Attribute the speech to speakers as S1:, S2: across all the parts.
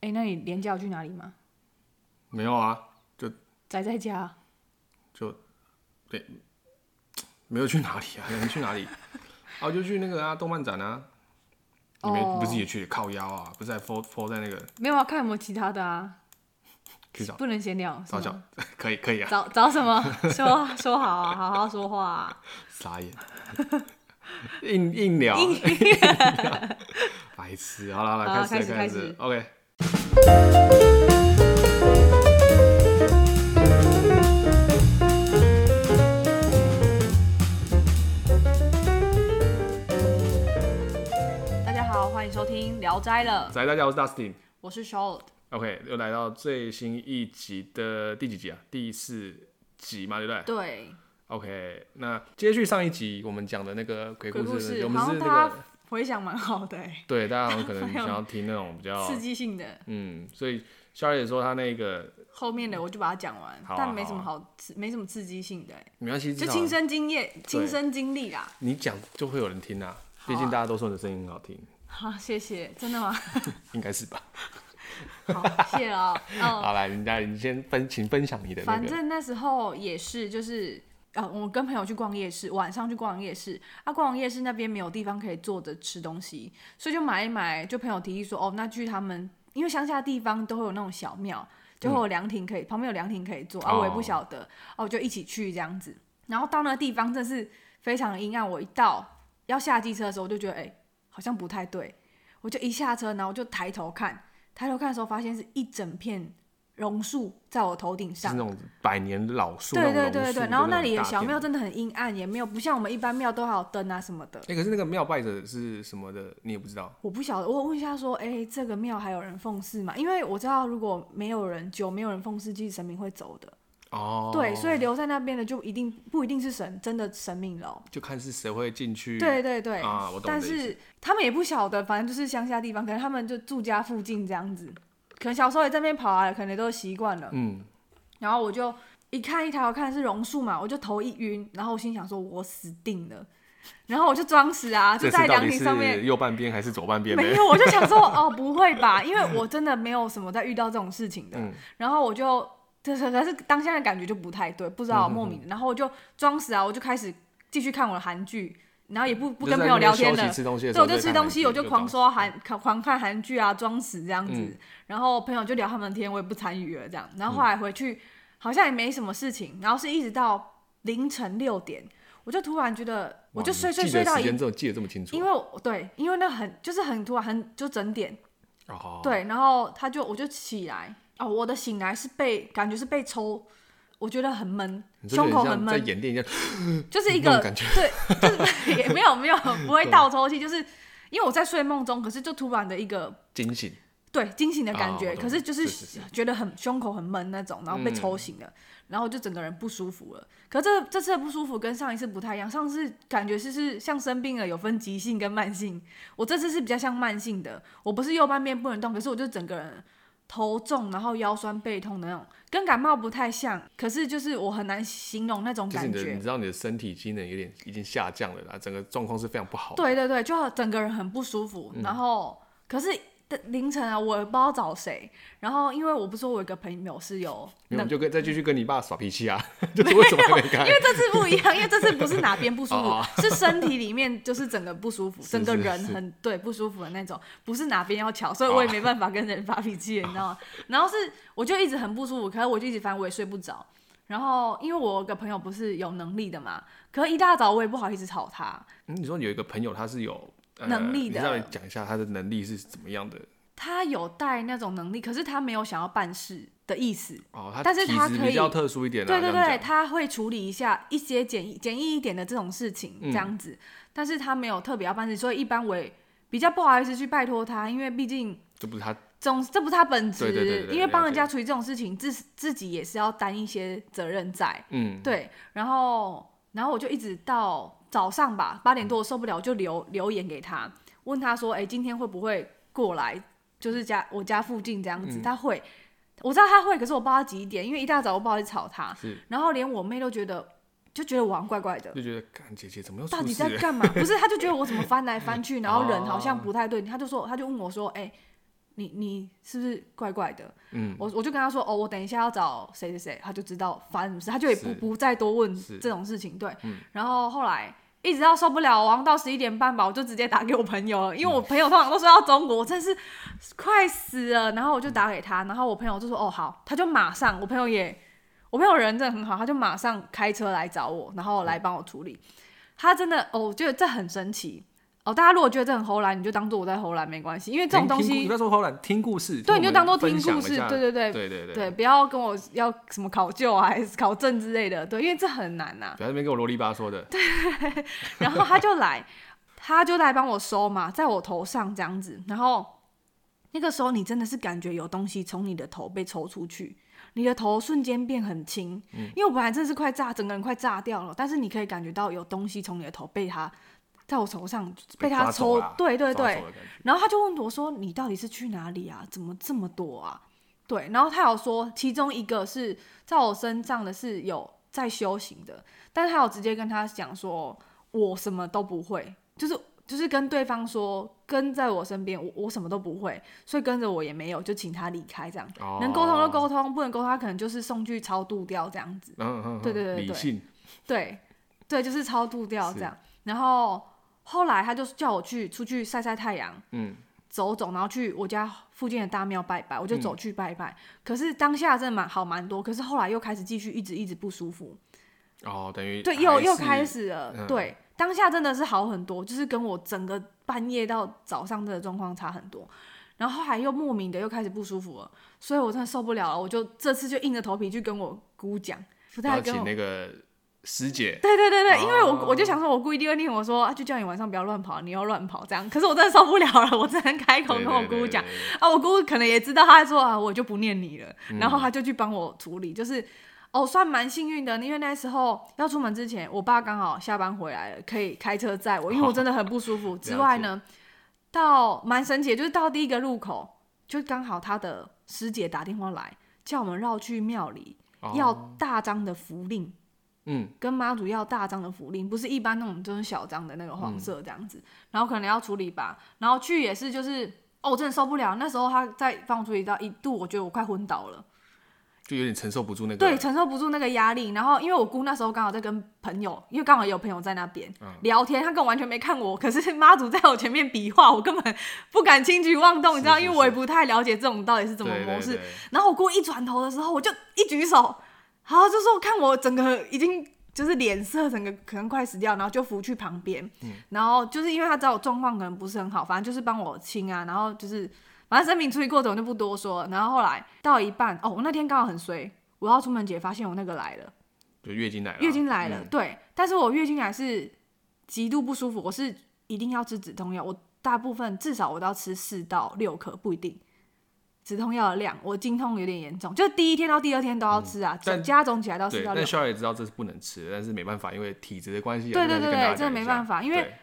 S1: 哎、那你连假有去哪里吗？
S2: 没有啊，就
S1: 宅在家啊，
S2: 就对，没有去哪里啊？能去哪里？啊，就去那个啊动漫展啊，你们
S1: 哦
S2: 不是也去靠腰啊？不是还 f 泼在那个
S1: 没有啊，看有没有其他的啊，
S2: 去找
S1: 不能闲聊。是
S2: 找
S1: 吗
S2: 找， 可以可以啊，
S1: 找找什么？说说好啊，好好说话啊、
S2: 傻眼，硬 硬聊，白痴，好了好
S1: 好
S2: 了，
S1: 啊
S2: 开始了
S1: 开始开
S2: 开始
S1: 始
S2: ，OK。
S1: 大家好，欢迎收听《聊斋了》，
S2: 来，大家好，我是 Dustin。
S1: 我是 Charlotte。
S2: OK，又来到最新一集的第几集啊？第四集嘛，对不对
S1: 对，
S2: ？OK，那接续上一集我们讲的那个鬼
S1: 鬼
S2: 故
S1: 故
S2: 事，
S1: 事
S2: 我们
S1: 好
S2: 是
S1: 像
S2: 那
S1: 大
S2: 个
S1: 家回想蛮好的、欸，
S2: 对大家好像可能
S1: 没有
S2: 想要听那种比较
S1: 刺激性的。
S2: 嗯，所以肖姐说她那个
S1: 后面的我就把它讲完，
S2: 好啊
S1: 但没什么好刺，没什么刺激性的、欸，
S2: 没关系，
S1: 就
S2: 至少
S1: 亲身经验、亲身经历啦。
S2: 你讲就会有人听啊，
S1: 好啊
S2: 毕竟大家都说你的声音很好听，
S1: 好，谢谢，真的吗？
S2: 应该是吧？
S1: 好，谢 了哦。嗯，
S2: 好，来，你来，你先分，请分享你的那
S1: 反
S2: 个。
S1: 正那时候也是，就是呃，我跟朋友去逛夜市，晚上去逛夜市。啊，逛完夜市那边没有地方可以坐着吃东西，所以就买一买。就朋友提议说，哦，那去他们，因为乡下地方都会有那种小庙，就会有凉亭可以，旁边有凉亭可以坐啊。我也不
S2: 嗯哦
S1: 晓得，哦、就一起去这样子。然后到那个地方真是非常阴暗，我一到要下机车的时候，我就觉得哎、好像不太对。我就一下车，然后我就抬头看，抬头看的时候，发现是一整片榕树在我头顶
S2: 是
S1: 上
S2: 那。种百年老树，
S1: 对对
S2: 那种
S1: 对
S2: 榕树
S1: 对，
S2: 的
S1: 然后
S2: 那
S1: 那里
S2: 种
S1: 的
S2: 大
S1: 小
S2: 殿
S1: 庙。真的很阴暗，也没有不像我们一般庙都还有灯啊什么的。
S2: 哎、可是那个庙拜的是什么的，你也不知道。
S1: 我不晓得，我问一下说，哎、这个庙还有人奉祀吗？因为我知道如果没有人久，没有人奉祀，其实神明会走的。
S2: 哦，
S1: 对，所以留在那边的就一定不一定是神，真的神明喽。
S2: 哦就看是谁会进去。
S1: 对对对，
S2: 嗯啊我懂
S1: 但
S2: 你的意思
S1: 是他们也不晓得，反正就是乡下地方，可能他们就住家附近这样子，可能小时候也在那边跑啊，可能也都习惯了。
S2: 嗯，
S1: 然后我就一看一抬头看是榕树嘛，我就头一晕，然后我心想说我死定了，然后我就装死啊，就
S2: 这
S1: 在
S2: 次到
S1: 凉
S2: 底
S1: 亭上
S2: 是
S1: 面。
S2: 右半边还是左半边呢？
S1: 没有，我就想说，哦，不会吧？因为我真的没有什么在遇到这种事情的。
S2: 嗯
S1: 然后我就，可可是当下的感觉就不太对，不知道
S2: 嗯嗯嗯
S1: 莫名的。然后我就装死啊，我就开始继续看我的韩剧，然后也不不
S2: 就
S1: 跟
S2: 在
S1: 朋友
S2: 那边
S1: 聊天
S2: 休息
S1: 了。
S2: 吃东西的时
S1: 对，我
S2: 候
S1: 就吃东西，我就狂
S2: 说。
S1: 刷韩，狂狂看韩剧啊，装死这样子。
S2: 嗯
S1: 然后朋友就聊他们的天，我也不参与了这样。然后后来回去、好像也没什么事情，然后是一直到凌晨六点，我就突然觉得，我就
S2: 哇
S1: 睡
S2: 嗯你
S1: 睡
S2: 记
S1: 睡
S2: 得
S1: 到
S2: 时
S1: 一
S2: 间，这么记得这么清楚。
S1: 因为我对，因为那很就是很突然，很就整点
S2: 哦，
S1: 对，然后他就我就起来哦，我的醒来是被感觉是被抽，我觉得很闷，
S2: 你就觉
S1: 胸
S2: 得
S1: 口
S2: 像
S1: 很
S2: 在
S1: 闷，
S2: 演电影一样，
S1: 就是一
S2: 那
S1: 个
S2: 种感觉
S1: 对，就是 也没有没有不会倒抽气，就是因为我在睡梦中，可是就突然的一个
S2: 惊醒。
S1: 对惊醒的
S2: 啊
S1: 感
S2: 我
S1: 觉，
S2: 懂
S1: 可是就是
S2: 是是嗯是
S1: 觉得很胸口很闷那种，然后被抽醒了，然后就整个人不舒服了。可这这次的不舒服跟上一次不太一样，上次感觉是是像生病了，有分急性跟慢性，我这次是比较像慢性的，我不是右半边不能动，可是我就整个人。头重，然后腰酸背痛的那种，跟感冒不太像，可是就是我很难形容那种
S2: 就是
S1: 感
S2: 你
S1: 觉。
S2: 的，你知道你的身体机能有点已经下降了啦，整个状况是非常不好的。
S1: 对对对，就整个人很不舒服。
S2: 嗯
S1: 然后可是的凌晨啊，我也不知道找谁。然后因为我不是说我有一个朋友是有
S2: 没有，
S1: 能
S2: 你就跟再继续跟你爸耍 脾气啊，就是为什么还没
S1: 因
S2: 开？
S1: 为这次不一样，因为这次不是哪边不舒
S2: 哦
S1: 服，是身体里面就是整个不舒 服，整个
S2: 是哦
S1: 人
S2: 是
S1: 很对不舒服的那种，不是哪边要巧，所以我也没办法跟人发脾气，你知
S2: 哦
S1: 道吗？然后是我就一直很不舒服，可是我就一直反正我也睡不着。然后因为我有个朋友不是有能力的嘛，可是一大早我也不好意思吵他，
S2: 嗯，你说有一个朋友他是有、呃、
S1: 能力的
S2: 你让你讲一下他的能力是怎么样的
S1: 他有带那种能力，可是他没有想要办事的意思。
S2: 哦。他
S1: 但是
S2: 体
S1: 他
S2: 质
S1: 可以
S2: 比较特殊一点啊，
S1: 对对
S2: 这样
S1: 对，
S2: 讲
S1: 他会处理一下一些简易简易一点的这种事情，
S2: 嗯
S1: 这样子。但是他没有特别要办事，所以一般我也比较不好意思去拜托他，因为毕竟
S2: 这不是他
S1: 总这不是他本职，
S2: 对对对对
S1: 因为帮
S2: 了
S1: 人
S2: 解
S1: 家处理这种事情，自自己也是要担一些责任在。
S2: 嗯，
S1: 对，然后然后我就一直到早上吧，八点多我受不了，我就留留言给他，问他说：“哎、今天会不会过来？就是家我家附近这样子。他会，我知道他会，可是我不知道他几点，因为一大早我不好意思吵他，
S2: 是
S1: 然后连我妹都觉得就觉得我好像怪怪的。
S2: 就觉得干姐姐怎么又
S1: 到
S2: 出
S1: 底
S2: 事
S1: 在
S2: 了？
S1: 干嘛？不是，他就觉得我怎么翻来翻去，然后人好像
S2: 哦
S1: 不太对，他就说，他就问我说，哎、你你是不是怪怪的？嗯，我我就跟他说，哦，我等一下要找谁谁谁，他就知道发生什么事，他就也不
S2: 是
S1: 不再多问
S2: 是嗯
S1: 这种事情。对，然后后来一直到受不了，我好像到十一点半吧，我就直接打给我朋友了，因为
S2: 嗯
S1: 我朋友通常都说要中国，我真是快死了。然后我就打给他，然后我朋友就说，哦，好，他就马上，我朋友也，我朋友人真的很好，他就马上开车来找我，然后来帮我处理。他真的，哦，我觉得这很神奇。哦，大家如果觉得这很偷懒，你就当做我在偷懒没关系，因为这种
S2: 哎听
S1: 东
S2: 听故
S1: 西
S2: 不要说偷懒，听故事，
S1: 对，
S2: 我
S1: 你就
S2: 们
S1: 当做
S2: 分
S1: 听
S2: 享
S1: 故
S2: 一
S1: 事，
S2: 下
S1: 对对对
S2: 对对
S1: 对，不要跟我要什么考究啊，还是考证之类的，对，因为这很难啊呐、
S2: 不要在那边跟我啰里吧嗦的，
S1: 然后他就来，他就来帮我收嘛，在我头上这样子。然后那个时候你真的是感觉有东西从你的头被抽出去，你的头瞬间变很轻，
S2: 嗯
S1: 因为我本来真的是快炸，整个人快炸掉了，但是你可以感觉到有东西从你的头被他。在我手上被他
S2: 抓走
S1: 抽
S2: 啦，
S1: 对对
S2: 抓
S1: 对
S2: 走，的感觉
S1: 然后他就问我说：“你到底是去哪里啊？怎么这么多啊？”对，然后他有说，其中一个是在我身上的是有在修行的，但是他有直接跟他讲说，我什么都不会，就是就是跟对方说，跟在我身边，我我什么都不会，所以跟着我也没有，就请他离开这样。
S2: 哦
S1: 能沟通就沟通，不能沟通，他可能就是送去超度掉这样子。
S2: 嗯嗯嗯，
S1: 对对对
S2: 理
S1: 对
S2: 性
S1: 对，对，就是超度掉这
S2: 是
S1: 样。然后后来他就叫我去出去晒晒太阳，
S2: 嗯，
S1: 走走，然后去我家附近的大庙拜拜，我就走去拜拜。可是当下真的蛮好蛮多，可是后来又开始继续一直一直不舒服，
S2: 哦，等于
S1: 对，
S2: 还
S1: 又又
S2: 是
S1: 开始了，
S2: 嗯
S1: 对，当下真的是好很多，就是跟我整个半夜到早上的状况差很多。然后后来又莫名的又开始不舒服了，所以我真的受不了了，我就这次就硬着头皮去跟我姑讲，不太
S2: 要
S1: 跟我
S2: 请那个师姐，
S1: 对对对对，因为我、
S2: 哦
S1: 我就想说，我姑一定会念我说，啊，就叫你晚上不要乱跑，你又乱跑这样。可是我真的受不了了，我只能开口
S2: 对
S1: 跟我
S2: 对
S1: 姑
S2: 对
S1: 讲
S2: 对
S1: 啊，我姑可能也知道，她说啊，我就不念你了，
S2: 嗯
S1: 然后她就去帮我处理，就是。哦，算蛮幸运的，因为那时候要出门之前，我爸刚好下班回来了，可以开车载我，因为我真的很不舒服。之外呢，到蛮神奇的，就是到第一个路口，就刚好他的师姐打电话来，叫我们绕去庙里、
S2: 哦
S1: 要大张的符令，
S2: 嗯，
S1: 跟妈祖要大张的符令，不是一般那种就是小张的那个黄色这样子，然后可能要处理吧，然后去也是就是，哦，我真的受不了，那时候他在帮我处理到一度，我觉得我快昏倒了，
S2: 就有点承受不住那个
S1: 对，承受不住那个压力，然后因为我姑那时候刚好在跟朋友，因为刚好也有朋友在那边、
S2: 嗯
S1: 聊天，他根本完全没看我，可是妈祖在我前面比划，我根本不敢轻举妄动，你知道，
S2: 是
S1: 因为
S2: 是
S1: 我也不太了解这种到底是怎么
S2: 对对
S1: 模式，
S2: 对
S1: 然后我姑一转头的时候，我就一举手，然后就说看我整个已经就是脸色整个可能快死掉，然后就扶去旁边，然后就是因为他知道我状况可能不是很好，反正就是帮我清啊，然后就是反正生命处理过程我就不多说了，然后后来到一半哦，我那天刚好很衰，我要出门前发现我那个来了，
S2: 就月经来了啊，
S1: 月经来了，
S2: 嗯，
S1: 对，但是我月经来是极度不舒服，我是一定要吃止痛药，我大部分至少我都要吃四到六颗，不一定。止痛药的量，我经痛有点严重，就第一天到第二天都要吃啊，
S2: 嗯但
S1: 加总起来到四
S2: 对，
S1: 到
S2: 但
S1: 六。
S2: 肖也知道这是不能吃的，但是没办法，因为体质的关系啊，
S1: 对对对对，
S2: 真
S1: 真的没办
S2: 法，
S1: 法，因为
S2: 对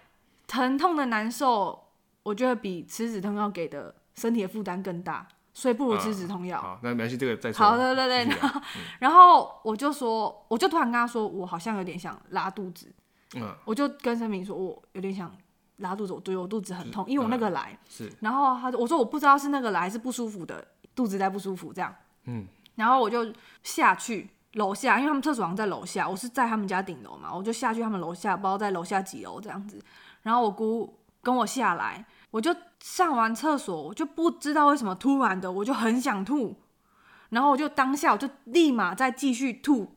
S1: 疼痛的难受，我觉得比吃止痛药给的身体的负担更大，所以不如吃止痛药。
S2: 好，那没关系，这个再说，
S1: 好，对对对，
S2: 继续
S1: 然
S2: 啊聊
S1: 后然后我就说，我就突然跟他说，我好像有点想拉肚子，
S2: 嗯，
S1: 我就跟生明说，我有点想拉肚子，我对我肚子很痛，因为我那个来，
S2: 是
S1: 然后他就我说我不知道是那个来还是不舒服的，肚子在不舒服这样，
S2: 嗯，
S1: 然后我就下去楼下，因为他们厕所好像在楼下，我是在他们家顶楼嘛，我就下去他们楼下，不知道在楼下几楼这样子，然后我姑跟我下来，我就上完厕所，我就不知道为什么突然的我就很想吐，然后我就当下我就立马再继续吐，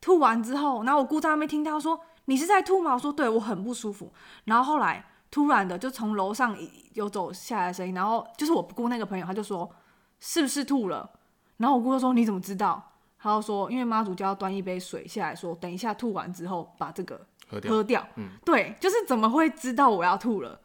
S1: 吐完之后，然后我姑在那边听到说你是在吐吗？我说对，我很不舒服。然后后来突然的就从楼上有走下来的声音，然后就是我姑那个朋友，他就说是不是吐了？然后我姑就说你怎么知道？他就说因为妈祖就要端一杯水下来说，等一下吐完之后把这个
S2: 喝掉，嗯
S1: 喝掉。对，就是怎么会知道我要吐了？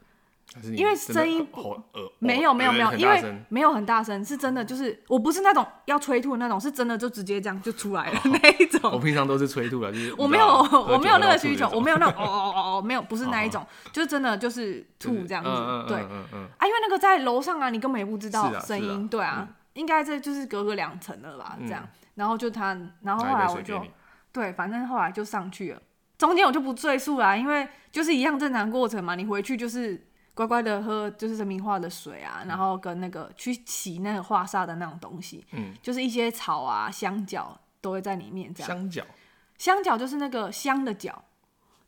S2: 但是你
S1: 因为
S2: 真的
S1: 声音
S2: 好恶，
S1: 没有没有没有，
S2: 哦很
S1: 因
S2: 大
S1: 为
S2: 声
S1: 没有很大声，是真的，就是我不是那种要催吐的那种，是真的就直接这样就出来了那一种。
S2: 我平常都是催吐了，啊就是
S1: 我
S2: 你
S1: 没
S2: 哦知
S1: 有，
S2: 道喝
S1: 我
S2: 酒
S1: 没有
S2: 喝
S1: 那
S2: 到
S1: 个
S2: 吐
S1: 需
S2: 这
S1: 求，
S2: 种
S1: 我没有那种哦哦哦哦，没有，不是那一种，就真的就是
S2: 就是
S1: 吐这样子，
S2: 嗯嗯嗯
S1: 对
S2: 嗯嗯
S1: 啊，因为那个在楼上啊，你根本也不知道
S2: 是啊
S1: 声
S2: 是啊
S1: 音，对啊，应该这就是隔个两层了吧，这样，然后就他，然
S2: 嗯，
S1: 后后
S2: 拿一
S1: 来
S2: 杯
S1: 我
S2: 水给
S1: 就
S2: 你，
S1: 对，反正后来就上去了，中间我就不赘述啦，因为就是一样正常过程嘛，你回去就是乖乖的喝就是神明化的水啊，然后跟那个去洗那个化煞的那种东西，
S2: 嗯，
S1: 就是一些草啊、香蕉都会在里面这样。
S2: 香蕉
S1: 香蕉就是那个香的角，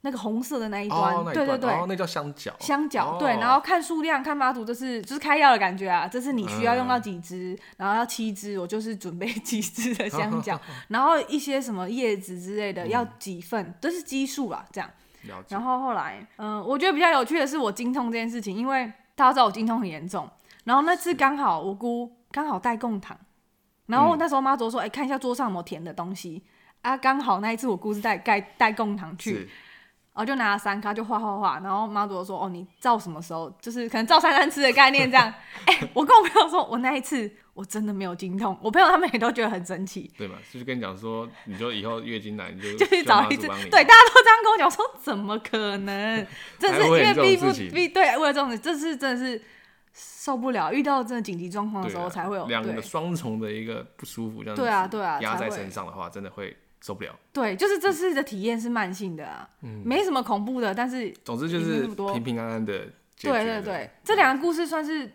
S1: 那个红色的那一端，
S2: 哦，那一
S1: 对对
S2: 段
S1: 对，
S2: 哦，那叫香蕉，
S1: 香蕉、
S2: 哦
S1: 对，然后看数量，看妈祖，这是就是开药的感觉啊，这是你需要
S2: 嗯
S1: 用到几支，然后要七支，我就是准备 几支的 香蕉，然后一些什么叶子之类
S2: 嗯
S1: 的，要几份，都是基数啦，这样。
S2: 了解
S1: 然后后来，嗯、我觉得比较有趣的是我经痛这件事情，因为大家知道我经痛很严重，然后那次刚好我姑刚好带贡糖，然
S2: 嗯
S1: 后那时候妈祖说，哎、看一下桌上有没有甜的东西啊，刚好那一次我姑是带带带贡糖去，
S2: 是
S1: 然后就拿了三咖就画画画，然后妈祖就说：“哦，你照什么时候？就是可能照三餐吃的概念这样。” 哎、我跟我朋友说，我那一次我真的没有经痛，我朋友他们也都觉得很神奇，
S2: 对嘛？就是跟你讲说，你就以后月经来你就
S1: 就去找一
S2: 一
S1: 次。
S2: 次，
S1: 对，大家都这样跟我讲，我说怎么可能？这是
S2: 还
S1: 因
S2: 会有
S1: 为
S2: 这种
S1: 避不
S2: 事情
S1: 避对，为了这种，这是真的是受不了，遇到真的紧急状况的时候
S2: 对啊
S1: 才会有
S2: 两个
S1: 对
S2: 双重的一个不舒服，这样子
S1: 对啊对啊
S2: 压
S1: 才
S2: 在
S1: 会
S2: 身上的话，真的会受不了。
S1: 对，就是这次的体验是慢性的啊，没什么恐怖的，但是
S2: 总之就
S1: 也没
S2: 是
S1: 那么多
S2: 平平安安的解决
S1: 对对
S2: 了
S1: 对，这两个故事算是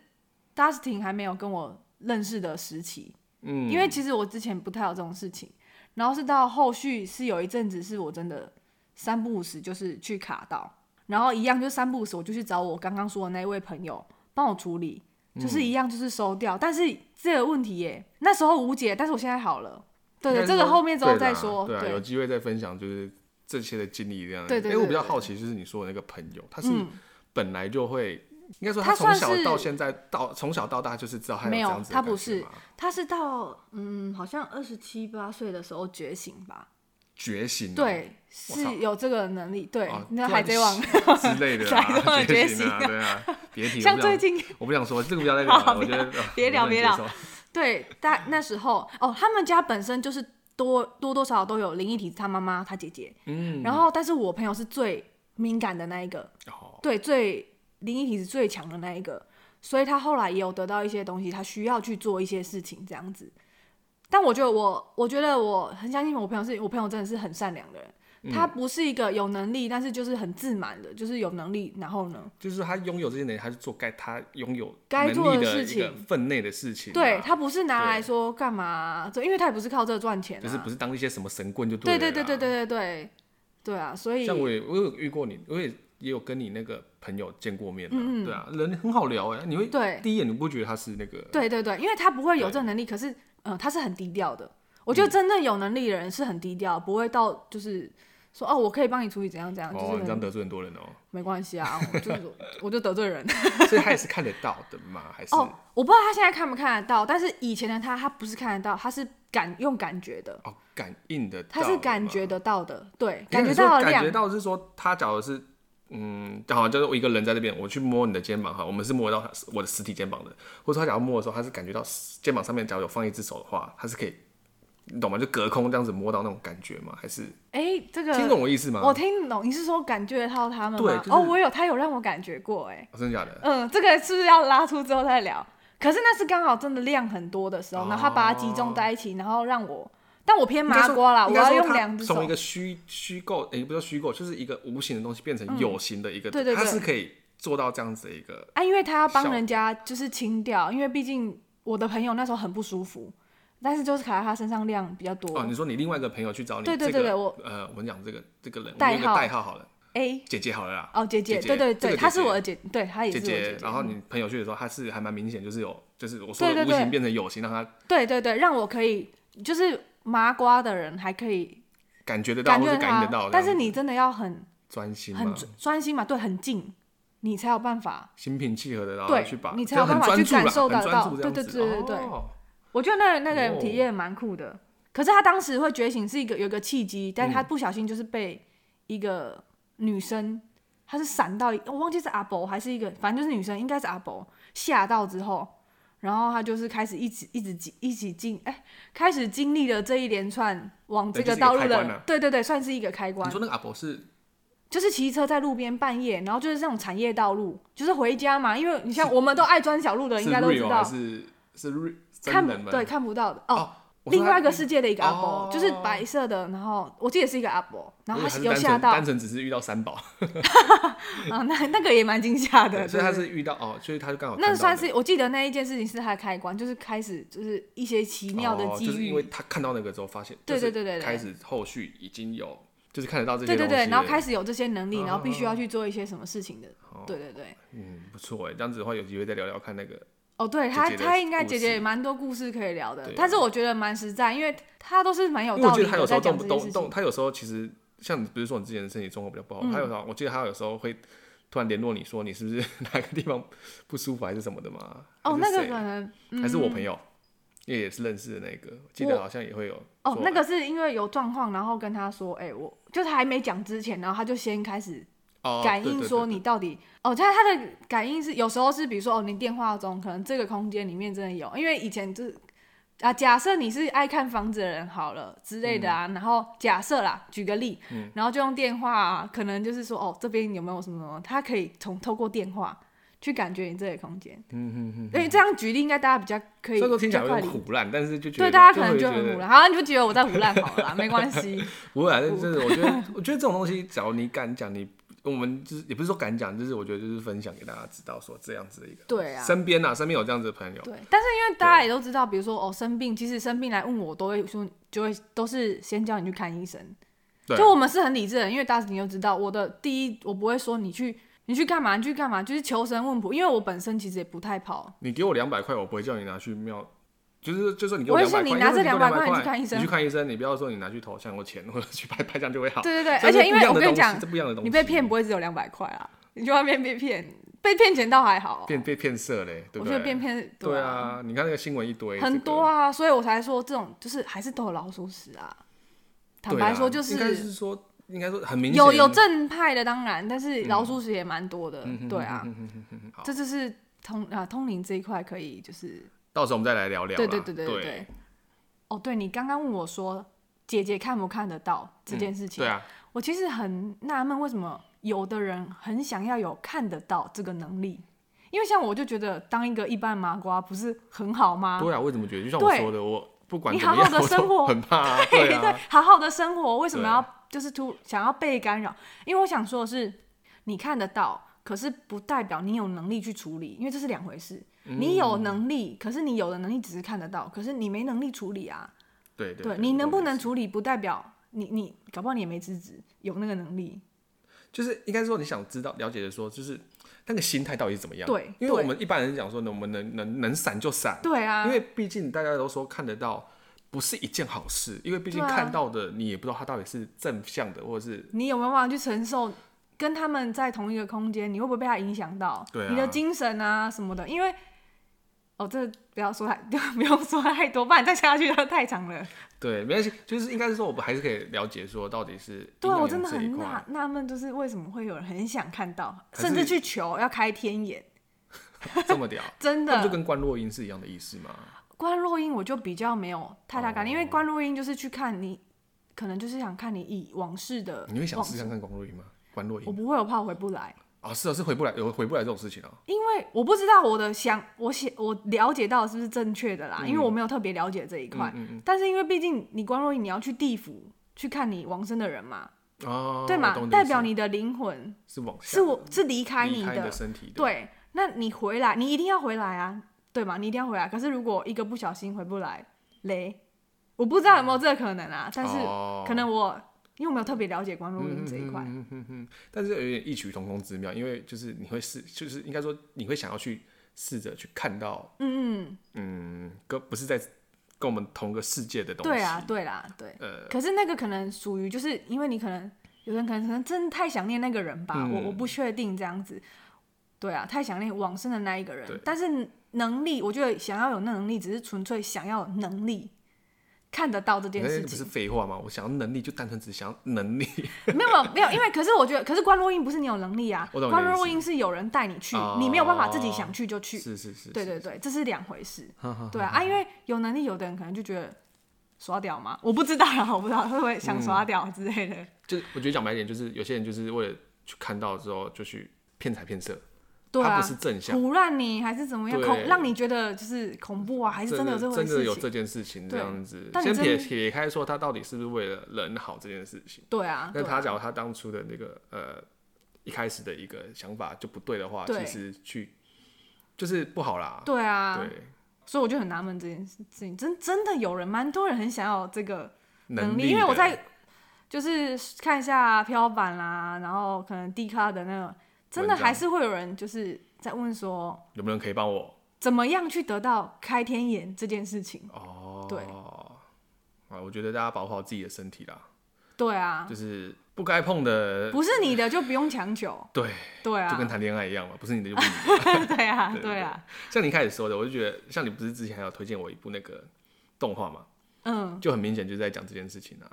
S1: Dustin 还没有跟我认识的时期，
S2: 嗯，
S1: 因为其实我之前不太有这种事情，然后是到后续是有一阵子是我真的三不五时就是去卡到，然后一样就三不五时我就去找我刚刚说的那一位朋友帮我处理，
S2: 嗯
S1: 就是一样就是收掉，但是这个问题耶那时候无解，但是我现在好了，对
S2: 应
S1: 对，
S2: 该
S1: 这
S2: 说
S1: 个后面之后
S2: 对
S1: 再
S2: 啦
S1: 说，
S2: 对啊，有机会再分享就是这些的经历这样。
S1: 对对
S2: 因为我比
S1: 对
S2: 较
S1: 对
S2: 好奇，就是你说的那个朋友，他是
S1: 嗯，
S2: 本来就会，应该说
S1: 他
S2: 从
S1: 算
S2: 小
S1: 是
S2: 到现在到从小到大就是知道他有
S1: 没
S2: 这
S1: 有
S2: 样子的
S1: 他
S2: 感
S1: 不
S2: 觉
S1: 是
S2: 嘛
S1: 他是到嗯好像二十七八岁的时候觉醒吧，
S2: 觉醒啊
S1: 对，
S2: 我操
S1: 是有这个能力。对
S2: 哦，
S1: 那
S2: 突然
S1: 海贼王，
S2: 之类的
S1: 哪一种
S2: 啊，
S1: 的
S2: 觉
S1: 觉
S2: 醒啊，对啊，别提，我
S1: 像
S2: 不
S1: 最
S2: 想，
S1: 近
S2: 我不想说这个，不要再聊了，
S1: 好
S2: 我觉得
S1: 别聊别，
S2: 呃我
S1: 聊
S2: 不能接受
S1: 对，但那时候哦，他们家本身就是多多多少少都有灵异体质，他妈妈、他姐姐，
S2: 嗯，
S1: 然后但是我朋友是最敏感的那一个，
S2: 哦，
S1: 对，最灵异体质最强的那一个，所以他后来也有得到一些东西，他需要去做一些事情这样子。但我觉得我，我觉得我很相信我朋友是，我朋友真的是很善良的人。
S2: 嗯
S1: 他不是一个有能力，但是就是很自满的，就是有能力，然后呢，
S2: 就是他拥有这些能力，他是做该他拥有
S1: 该
S2: 能
S1: 做
S2: 力
S1: 的
S2: 的
S1: 事
S2: 一个
S1: 情
S2: 分内的事情啊，
S1: 对他不是拿来
S2: 对
S1: 说干嘛？这因为他也不是靠这赚钱、啊，
S2: 就是不是当一些什么神棍就
S1: 对
S2: 对
S1: 对
S2: 了
S1: 对对
S2: 啦
S1: 对对对对啊！所以
S2: 像我也我有遇过你，我也也有跟你那个朋友见过面嘛，
S1: 嗯嗯
S2: 对啊，人很好聊哎、你会
S1: 对
S2: 第一眼你不觉得他是那个
S1: 对对对，因为他不会有
S2: 对
S1: 这个能力，可是呃，他是很低调的。我觉得真正有能力的人是很低调，不会到就是说哦，我可以帮你处理怎样怎样，啊
S2: 哦，
S1: 就
S2: 你这
S1: 是
S2: 样
S1: 很
S2: 得罪很多人哦、
S1: 没关系啊，我就是我就得罪人
S2: 所以他也是看得到的嘛，还是、
S1: 哦。我不知道他现在看不看得到，但是以前的他，他不是看得到，他是感用感觉的，
S2: 哦感应得到的
S1: 他
S2: 嘛，
S1: 是感觉得到的，对，
S2: 因为
S1: 感觉
S2: 你说
S1: 到的
S2: 感
S1: 量
S2: 觉，到是说他假如是。嗯，好，就是我一个人在这边，我去摸你的肩膀哈，我们是摸到他我的实体肩膀的，或者说他假如摸的时候，他是感觉到肩膀上面假如有放一只手的话，他是可以，你懂吗？就隔空这样子摸到那种感觉吗？还是
S1: 哎，这个
S2: 听懂我意思吗？
S1: 我听懂，你是说感觉得到他们吗？
S2: 嗯对就是
S1: 哦，我有，他有让我感觉过、哎。
S2: 哦真的假的？
S1: 嗯，这个是不是要拉出之后再聊？可是那是刚好真的量很多的时
S2: 哦
S1: 候，然后他把它集中在一起，然后让我，但我偏
S2: 应该
S1: 麻
S2: 说
S1: 瓜啦，
S2: 应
S1: 我
S2: 该
S1: 要
S2: 说
S1: 用
S2: 它
S1: 两只
S2: 从一
S1: 手。
S2: 个虚虚构，也、不叫虚构，就是一个无形的东西变成有形的一个，
S1: 嗯对对对
S2: 它是可以做到这样子的一个，
S1: 啊，因为他要
S2: 效
S1: 帮人家就是清掉，因为毕竟我的朋友那时候很不舒服，但是就是卡在他身上量比较多。
S2: 哦，你说你另外一个朋友去找你，
S1: 对对
S2: 这个
S1: 对对我
S2: 呃，我们讲这个这个人，我
S1: 代
S2: 用一个
S1: 号
S2: 代号好了，
S1: A
S2: 姐姐好了啦，
S1: 哦，姐
S2: 姐
S1: 姐，
S2: 姐
S1: 对对
S2: 这个
S1: 对，
S2: 姐
S1: 她是
S2: 姐
S1: 我的姐，对，她也是
S2: 姐
S1: 我的
S2: 姐
S1: 姐，姐。嗯
S2: 然后你朋友去的时候，他是还蛮明显，就是有，就是我说
S1: 对
S2: 的
S1: 对
S2: 无
S1: 对
S2: 形变成有形，让他
S1: 对对对，让我可以就是麻瓜的人还可以
S2: 感觉得到
S1: 感
S2: 或
S1: 觉
S2: 者感应
S1: 他
S2: 得到，，
S1: 但是你真的要很
S2: 专心
S1: 很
S2: 嘛，
S1: 专专心嘛，对，很近，你才有办法。
S2: 心平气和的，然后
S1: 对
S2: 去把，
S1: 你才
S2: 就
S1: 有
S2: 很
S1: 办法
S2: 专
S1: 去
S2: 注啦
S1: 感受
S2: 很
S1: 得
S2: 专
S1: 到
S2: 注这
S1: 对
S2: 样
S1: 对
S2: 子
S1: 对对对
S2: 哦
S1: 我觉得那个那
S2: 哦
S1: 个体验蛮酷的。可是他当时会觉醒是一个有一个契机，但是他不小心就是被一个女生，她是闪到一，我忘记是阿伯还是一个，反正就是女生，应该是阿伯吓到之后，然后他就是开始一直一直经一起经哎、开始经历了这一连串往这
S2: 对就是一个
S1: 道路
S2: 开
S1: 的，
S2: 关啊
S1: 对对对，算是一个开关
S2: 你。说那个阿伯是
S1: 就是骑车在路边半夜，然后就是那种产业道路，就是回家嘛，因为你像我们都爱钻小路的，
S2: 是
S1: 应该都知
S2: real 还
S1: 道，
S2: 是是 real
S1: 看
S2: 真人
S1: 不
S2: 吗？
S1: 对看不到的哦
S2: 哦我说
S1: 另
S2: 他
S1: 外一个世界的一个阿伯
S2: 哦，
S1: 就是白色的，然后我记得是一个阿伯，然后
S2: 我以为
S1: 他
S2: 他
S1: 有
S2: 是单
S1: 吓
S2: 纯
S1: 到
S2: 单纯只是遇到三宝，
S1: 啊，那那个也蛮惊吓的，
S2: 所以 他
S1: 对
S2: 是遇到哦，所以他就刚好看
S1: 那
S2: 到
S1: 算
S2: 个
S1: 是我记得那一件事情是他的开关，就是开始就是一些奇妙的
S2: 哦
S1: 机
S2: 就是
S1: 遇，
S2: 因为他看到那个之后发现，
S1: 对
S2: 就是
S1: 对对对对
S2: 开始后续已经有就是看得到这些
S1: 对对对，然后开
S2: 始
S1: 始有这些能力，
S2: 哦
S1: 然后必须要去做一些什么事情的，
S2: 哦
S1: 对对对。
S2: 嗯不错哎，这样子的话有机会再聊聊看那个
S1: 哦，对他，
S2: 姐姐的
S1: 他应该
S2: 故
S1: 姐
S2: 事
S1: 姐也蛮多故事可以聊的，
S2: 对啊
S1: 但是我觉得蛮实在，因为他都是蛮有
S2: 因为我
S1: 道
S2: 觉
S1: 理
S2: 得他有
S1: 的
S2: 时候
S1: 在讲
S2: 动不
S1: 这件
S2: 动
S1: 事
S2: 动，
S1: 情。
S2: 他有时候其实像你比如说你之前的身体状况比较不好，
S1: 嗯
S2: 他有时候我记得他有时候会突然联络你说你是不 是哪个地方不舒服还是什么的嘛？
S1: 哦，
S2: 还
S1: 那
S2: 是
S1: 个
S2: 谁
S1: 可能嗯
S2: 还是我朋友，因为也是认识的那个，记得
S1: 我
S2: 好像也会有
S1: 哦
S2: 说，
S1: 那个是因为有状况，然后跟他说，哎、我就是还没讲之前，然后他就先开始
S2: 哦
S1: 感
S2: 对
S1: 应
S2: 对
S1: 说
S2: 对
S1: 你到底哦，他他的感应是有时候是比如说哦，你电话中可能这个空间里面真的有，因为以前就是啊，假设你是爱看房子的人好了之类的
S2: 嗯
S1: 啊，然后假设啦，举个例，然后就用电话、啊，可能就是说哦，这边有没有什么什么，他可以从透过电话去感觉你这个空间，
S2: 嗯嗯嗯，
S1: 因为这样举例应该大家比较可以
S2: 虽然说听起来
S1: 比较
S2: 有
S1: 快
S2: 点
S1: 理
S2: 胡乱，但是就觉得
S1: 对，大家可能
S2: 就
S1: 就
S2: 会觉
S1: 很
S2: 得
S1: 胡乱，好，你就觉得我在胡乱好了啦，没关 系。
S2: 不会啊，就是我觉得，我觉得这种东西，假如你敢讲，你我们就是也不是说敢讲，就是我觉得就是分享给大家知道，说这样子的一个
S1: 对啊，
S2: 身边啊，身边有这样子的朋友，
S1: 对，但是因为大家也都知道，比如说哦生病，其实生病来问我，都会说就会都是先叫你去看医生。
S2: 对
S1: 就我们是很理智的人，因为大家你又知道，我的第一我不会说你去你去干嘛，你去干嘛，就是求神问卜，因为我本身其实也不太跑。
S2: 你给我两百块，我不会叫你拿去庙，就是就说你给
S1: 我也
S2: 两
S1: 是
S2: 百块，
S1: 你
S2: 因
S1: 拿
S2: 为
S1: 这
S2: 给我
S1: 200
S2: 块，
S1: 块
S2: 你
S1: 你去看医生
S2: 你去看医生，你不要说你拿去投像或钱或者去拍拍这样就会好。
S1: 对对对，
S2: 啊这
S1: 而且因为
S2: 是
S1: 我
S2: 不一
S1: 跟
S2: 样的
S1: 你讲
S2: 东西这，不一样的东西，
S1: 你被骗不会只有两百块啊，你去外面被骗，被骗钱倒还好哦、
S2: 骗被骗色嘞，对
S1: 我
S2: 不
S1: 觉
S2: 对？
S1: 得被骗
S2: 对
S1: 啊。
S2: 啊，你看那个新闻一堆，
S1: 很多
S2: 啊。
S1: 啊，所以我才说这种就是还是都有老鼠屎啊。坦
S2: 对
S1: 白
S2: 啊
S1: 说，就
S2: 应该是说，应该说很明显嗯
S1: 有有正派的当然，但是老鼠屎也蛮多的，对啊，
S2: 好
S1: 这就是通啊通灵这一块可以就是
S2: 到时候我们再来聊聊啦。
S1: 对对对
S2: 对
S1: 对对。哦，对你刚刚问我说姐姐看不看得到这件事情，
S2: 对啊，
S1: 我其实很纳闷为什么有的人很想要有看得到这个能力，因为像我就觉得当一个一般麻瓜不是很好吗？
S2: 对啊，我也这么觉得。就像我
S1: 对
S2: 说的，我不管
S1: 你
S2: 怎么
S1: 好好
S2: 样，
S1: 地
S2: 我
S1: 生
S2: 都
S1: 活
S2: 很怕 啊。
S1: 对
S2: 对啊，
S1: 好好的生活，为什么
S2: 对啊
S1: 要就是突想要被干扰？因为我想说的是，你看得到，可是不代表你有能力去处理，因为这是两回事。
S2: 嗯
S1: 你有能力，可是你有的能力只是看得到，可是你没能力处理啊。
S2: 对对
S1: 对
S2: 对，
S1: 你能不
S2: 对
S1: 能处理，不代表你你搞不好你也没资质有那个能力。
S2: 就是应该说你想知道了解的说，就是那个心态到底是怎么样？
S1: 对
S2: 因为我
S1: 对
S2: 们一般人讲说，能我们能能能闪就闪，
S1: 对啊，
S2: 因为毕竟大家都说看得到。不是一件好事，因为毕竟
S1: 对啊
S2: 看到的你也不知道它到底是正向的，或者是
S1: 你有没有办法去承受跟他们在同一个空间，你会不会被他影响到？
S2: 对啊
S1: 你的精神啊什么的，因为。哦，这不要说太，不用说太多，不然再下去它太长 了。
S2: 对，没关系，就是应该是说我们还是可以了解说到底是
S1: 对啊，
S2: 阴阳
S1: 我真的
S2: 眼这一
S1: 很
S2: 块
S1: 纳纳闷，就是为什么会有人很想看到，
S2: 还是
S1: 甚至去求要开天眼，
S2: 这么屌，
S1: 真
S2: 那不就
S1: 的。
S2: 跟观落音是一样的意思吗？
S1: 关洛音我就比较没有太
S2: 哦
S1: 大感，因为关洛音就是去看你，可能就是想看你以往事的
S2: 你会想
S1: 往
S2: 试
S1: 事。
S2: 看看观落音吗？观落
S1: 我
S2: 音
S1: 不会，我怕我回不来，
S2: 啊，是啊，是回不来，有回不来这种事情啊。
S1: 因为我不知道我的想，我写我了解到的是不是正确的啦，
S2: 嗯
S1: 因为我没有特别了解这一块。但是因为毕竟你关洛音，你要去地府去看你往生的人嘛，
S2: 哦，
S1: 对
S2: 我
S1: 嘛
S2: 懂？你的
S1: 代
S2: 意
S1: 表
S2: 思
S1: 你的灵魂
S2: 是往下
S1: 是我是离开
S2: 离
S1: 你
S2: 开你
S1: 的
S2: 的，身体的，
S1: 对，那你回来，你一定要回来啊，对吗？你一定要回来。可是如果一个不小心回不来，嘞，我不知道有没有这个可能啊，但是
S2: 哦
S1: 可能我因为我没有特别了解关录音这一块，
S2: 嗯哼哼，但是有点异曲同工之妙，因为就是你会试，就是应该说你会想要去试着去看到，
S1: 嗯嗯，
S2: 嗯，跟不是在跟我们同个世界的东西，
S1: 对啊，，对啦，对。
S2: 呃，
S1: 可是那个可能属于就是因为你可能有人可能可能真的太想念那个人吧，
S2: 嗯
S1: 我我不确定这样子。对啊，太想念往生的那一个
S2: 对
S1: 人，但是能力，我觉得想要有那能力，只是纯粹想要有能力看得到这件
S2: 那
S1: 事
S2: 不
S1: 情
S2: 是。废话吗？我想要能力，就单纯只想要能力，
S1: 没有没有没有，因为可是我觉得，可是关录音不是你有能力啊，
S2: 我懂你的
S1: 关
S2: 意思
S1: 录音是有人带你去，
S2: 哦
S1: 你没有办法自己想去就去。
S2: 是是是，
S1: 对
S2: 是
S1: 对对，这是两回事。对啊，啊因为有能力，有的人可能就觉得刷掉嘛，我不知道啦，我 不知道会不会想刷掉之类的。
S2: 就是我觉得讲白一点，就是有些人就是为了去看到之后就去骗财骗色，
S1: 对
S2: 它
S1: 啊，
S2: 不是正向，
S1: 胡乱你还是怎么样，
S2: 对
S1: 恐让你觉得就是恐怖啊，还是
S2: 真
S1: 真的有这回
S2: 真的有
S1: 事
S2: 这
S1: 情？
S2: 件事情这
S1: 对
S2: 样子。
S1: 但你
S2: 先
S1: 真
S2: 撇撇开说他到底是不是为了人好这件事情，
S1: 对啊，
S2: 那
S1: 对
S2: 他假如他当初的那个呃一开始的一个想法就不对的话，其
S1: 对
S2: 实去就是不好啦。
S1: 对啊，
S2: 对，
S1: 所以我就很纳闷这件事情，真真的有人蛮多人很想要这个能
S2: 力的，
S1: 因为我在就是看一下漂板啦，然后可能 D 卡的那种，真的
S2: 文章
S1: 还是会有人就是在问说，
S2: 有没有人可以帮我？
S1: 怎么样去得到开天眼这件事情？
S2: 哦，
S1: 对
S2: 啊，我觉得大家保护好自己的身体啦，
S1: 对啊，
S2: 就是不该碰的，
S1: 不是你的就不用强求，
S2: 对，
S1: 对啊
S2: 就，跟谈恋爱一样嘛，不是你的就不是你 的。
S1: 对啊，
S2: 对
S1: 对啊，
S2: 像你一开始说的，我就觉得，像你不是之前还有推荐我一部那个动画嘛，
S1: 嗯，
S2: 就很明显就是在讲这件事情啊，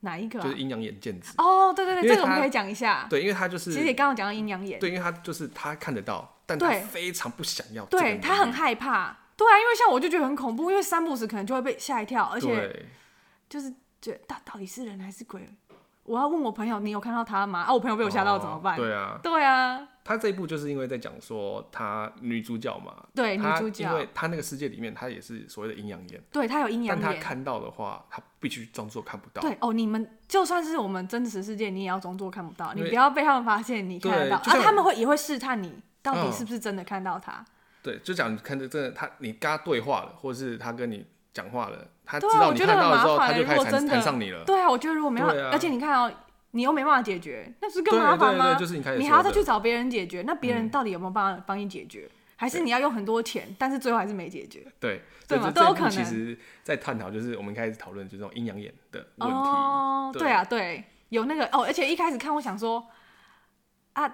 S1: 哪一个啊
S2: 就是？阴阳眼见子。
S1: 哦，对对
S2: 因为
S1: 对，这个我
S2: 他
S1: 们可以讲一下。
S2: 对，因为他就是
S1: 其实也刚刚讲到阴阳眼，
S2: 对，因为他就是他看得到，但他
S1: 对
S2: 非常不想要这个能
S1: 对
S2: 力。
S1: 他很害怕。对啊，因为像我就觉得很恐怖，因为三不死可能就会被吓一跳，而且
S2: 对
S1: 就是觉得到到底是人还是鬼？我要问我朋友，你有看到他吗？啊，我朋友被我吓到怎么办？
S2: 哦对啊，
S1: 对啊，
S2: 他这一部就是因为在讲说他女主角嘛，
S1: 对女
S2: 她
S1: 主
S2: 因为
S1: 角，
S2: 她那个世界里面，她也是所谓的阴阳眼，
S1: 对她有阴阳
S2: 但她
S1: 眼。
S2: 看到的话，她必须装作看不到。
S1: 对哦，你们就算是我们真实世界，你也要装作看不到，
S2: 因为
S1: 你不要被他们发现你看得到
S2: 对就像
S1: 啊！他们会也会试探你到底
S2: 嗯
S1: 是不是真的看到他。
S2: 对，就讲你看着真的他，你跟他对话了，或者是他跟你讲话了，他知
S1: 对啊
S2: 道
S1: 我
S2: 你
S1: 觉得
S2: 看到
S1: 很
S2: 了之
S1: 麻
S2: 后，
S1: 烦
S2: 他
S1: 欸
S2: 就
S1: 如
S2: 开始
S1: 果
S2: 缠
S1: 真的
S2: 缠上你了。
S1: 对啊，我觉得如果没有，
S2: 对啊
S1: 而且你看哦，你又没办法解决，那不是更
S2: 对
S1: 麻烦
S2: 对
S1: 吗？
S2: 对就是你开始
S1: 你
S2: 说
S1: 还要再
S2: 的嗯
S1: 去找别人解决，那别人到底有没有办法帮你解决？还是你要用很多钱，但是最后还是没解决？
S2: 对，
S1: 对
S2: 这
S1: 嘛
S2: 这
S1: 都有
S2: 这一
S1: 可
S2: 部其
S1: 能
S2: 实，在探讨就是我们一开始讨论就是那种阴阳眼的问题。
S1: 哦，
S2: 对
S1: 对啊，对，有那个哦，而且一开始看我想说啊，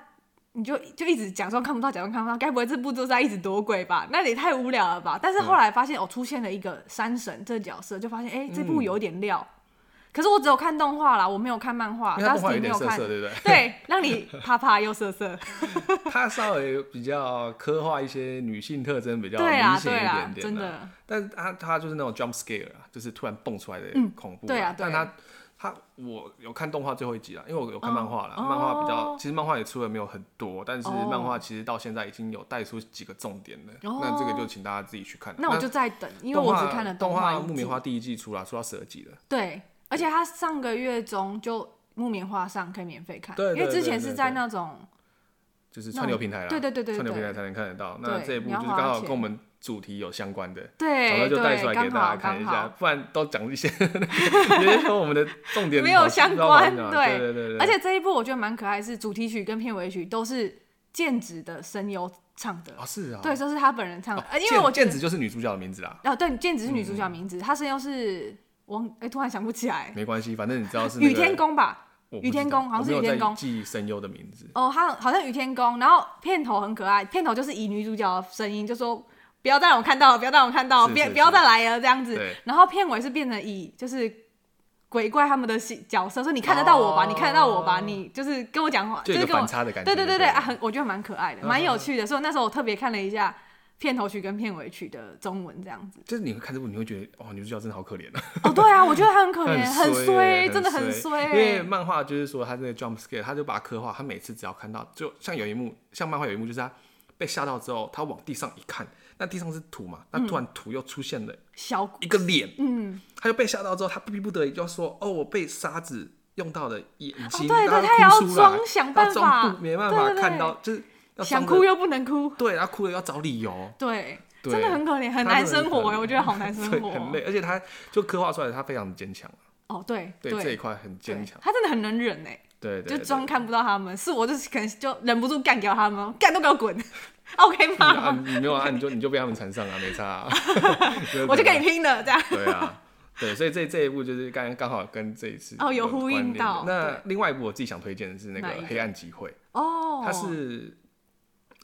S1: 你就就一直假装看不到，假装看不到，该不会这部就是在一直躲鬼吧？那也太无聊了吧？但是后来发现、哦，出现了一个山神这角色，就发现哎、这部
S2: 嗯
S1: 有点料。可是我只有看动画啦，我没有看漫画，
S2: 因为他
S1: 当
S2: 动画
S1: 时
S2: 有
S1: 没
S2: 点
S1: 有
S2: 涩
S1: 看。
S2: 涩，对不对？
S1: 对，让你啪啪又瑟瑟。
S2: 他稍微比较刻画一些女性特征比较
S1: 对啦
S2: 明，显
S1: 对
S2: 一
S1: 啦
S2: 点，点、
S1: 真。的，
S2: 但是他他就是那种 jump scare 啊，就是突然蹦出来的恐怖、
S1: 对啊对
S2: 但
S1: 啊
S2: 他他我有看动画最后一集啦，因为我有看漫画啦，
S1: 哦
S2: 漫画比较
S1: 哦
S2: 其实漫画也出的没有很多，但是
S1: 哦
S2: 漫画其实到现在已经有带出几个重点了。
S1: 哦
S2: 那这个就请大家自己去看。
S1: 那我就在等，因为我只看了
S2: 动
S1: 画
S2: 画
S1: 一
S2: 《
S1: 季
S2: 木棉花》第一季出啦，出到十二集了。
S1: 对，而且他上个月中就木棉花上可以免费看，
S2: 对
S1: 因为
S2: 对
S1: 之
S2: 对
S1: 前
S2: 对
S1: 是
S2: 对
S1: 在那种
S2: 就是串流平台啦，
S1: 对对对对
S2: 串流
S1: 对
S2: 平台才能看得到。那
S1: 对
S2: 这一部
S1: 你
S2: 就
S1: 要
S2: 是
S1: 花
S2: 刚好
S1: 钱
S2: 跟我们主题有相关的，早
S1: 对
S2: 上就带出
S1: 对，
S2: 来给
S1: 刚
S2: 大
S1: 好
S2: 家看一
S1: 刚
S2: 下，
S1: 好，
S2: 不然都讲一些 有些时候我们的重点
S1: 没有
S2: 跑
S1: 相
S2: 不知道跑
S1: 关
S2: 哪啊
S1: 对
S2: 对对对对，
S1: 而且这一部我觉得蛮可爱，是主题曲跟片尾曲都是剑指的声优唱的，
S2: 啊是啊，
S1: 对，
S2: 哦，
S1: 都是他本人唱的，呃因为
S2: 剑
S1: 我觉
S2: 剑
S1: 得
S2: 子就是女主角的名字啦，
S1: 哦，对，剑指是女主角名字，她声优是我忘哎突然想不起来，
S2: 没关系，反正你知道是那
S1: 雨
S2: 个
S1: 天，宫吧。
S2: 我不
S1: 雨天
S2: 知道
S1: 宫好像
S2: 我
S1: 是
S2: 没有
S1: 雨天
S2: 在
S1: 宫
S2: 记声优的名字，
S1: 哦，他好像雨天宫，然后片头很可爱，片头就是以女主角的声音就说不要再让我看到了，不要再让我看到了，
S2: 是
S1: 别
S2: 是
S1: 不要
S2: 是
S1: 再来了这样子
S2: 对。
S1: 然后片尾是变成以就是鬼怪他们的戏角色，说你看得到我吧，你看得到我吧，
S2: 哦
S1: 你就是跟我讲话，
S2: 就
S1: 就
S2: 有一
S1: 是
S2: 个
S1: 跟我
S2: 反差的感觉，
S1: 对对对
S2: 对嗯
S1: 对，啊，很我觉得蛮可爱的，蛮有趣的。所以那时候我特别看了一下片头曲跟片尾曲的中文这样子。
S2: 就是你会看这部，你会觉得哦，女主角真的好可怜啊，
S1: 哦，对 啊，我觉得他很可怜，
S2: 很
S1: 很
S2: 衰欸，
S1: 真的很
S2: 衰。
S1: 衰欸
S2: 因为漫画就是说，他那个 jump scare，他就把它刻画，他每次只要看到，就像有一幕，像漫画有一幕，就是他被吓到之后，他往地上一看，那地上是土嘛，
S1: 嗯
S2: 那突然土又出现了
S1: 小
S2: 一个脸，
S1: 嗯，
S2: 他就被吓到之后，他逼不得已就要说：“哦，我被沙子用到的眼睛。
S1: 哦对对
S2: 然后
S1: 他也要
S2: 哭出来
S1: 装想办
S2: 要装
S1: 法
S2: 不没办法
S1: 对对对
S2: 看到，就是要
S1: 想
S2: 装
S1: 哭
S2: 着，
S1: 又不能哭，
S2: 对，然后哭了要找理由，
S1: 对，
S2: 对
S1: 真的很可怜，很
S2: 他
S1: 难
S2: 真的很
S1: 生活
S2: 可
S1: 哎，
S2: 怜
S1: 我觉得好难生
S2: 对，
S1: 活哦，
S2: 很累，而且他就刻画出来，他非常坚强，
S1: 哦，对
S2: 对这一
S1: 对，
S2: 块很坚强，
S1: 他真的很能忍哎，
S2: 对对，
S1: 就
S2: 对
S1: 装看不到他们，是我就是可能就忍不住干掉他们，干都给我 滚 ，OK
S2: 你啊，
S1: 吗？
S2: 你没有啊，你就你就被他们缠上啊， 没 差、啊，
S1: 我就跟你拼了这样。
S2: 对啊，对，所以这这一部就是刚刚好跟这一次
S1: 哦有
S2: 关
S1: 呼应
S2: 联的
S1: 到
S2: 那
S1: 对
S2: 另外一部我自己想推荐的是那
S1: 哪
S2: 个
S1: 一
S2: 《
S1: 个
S2: 黑暗集会》，
S1: 哦，
S2: 它是，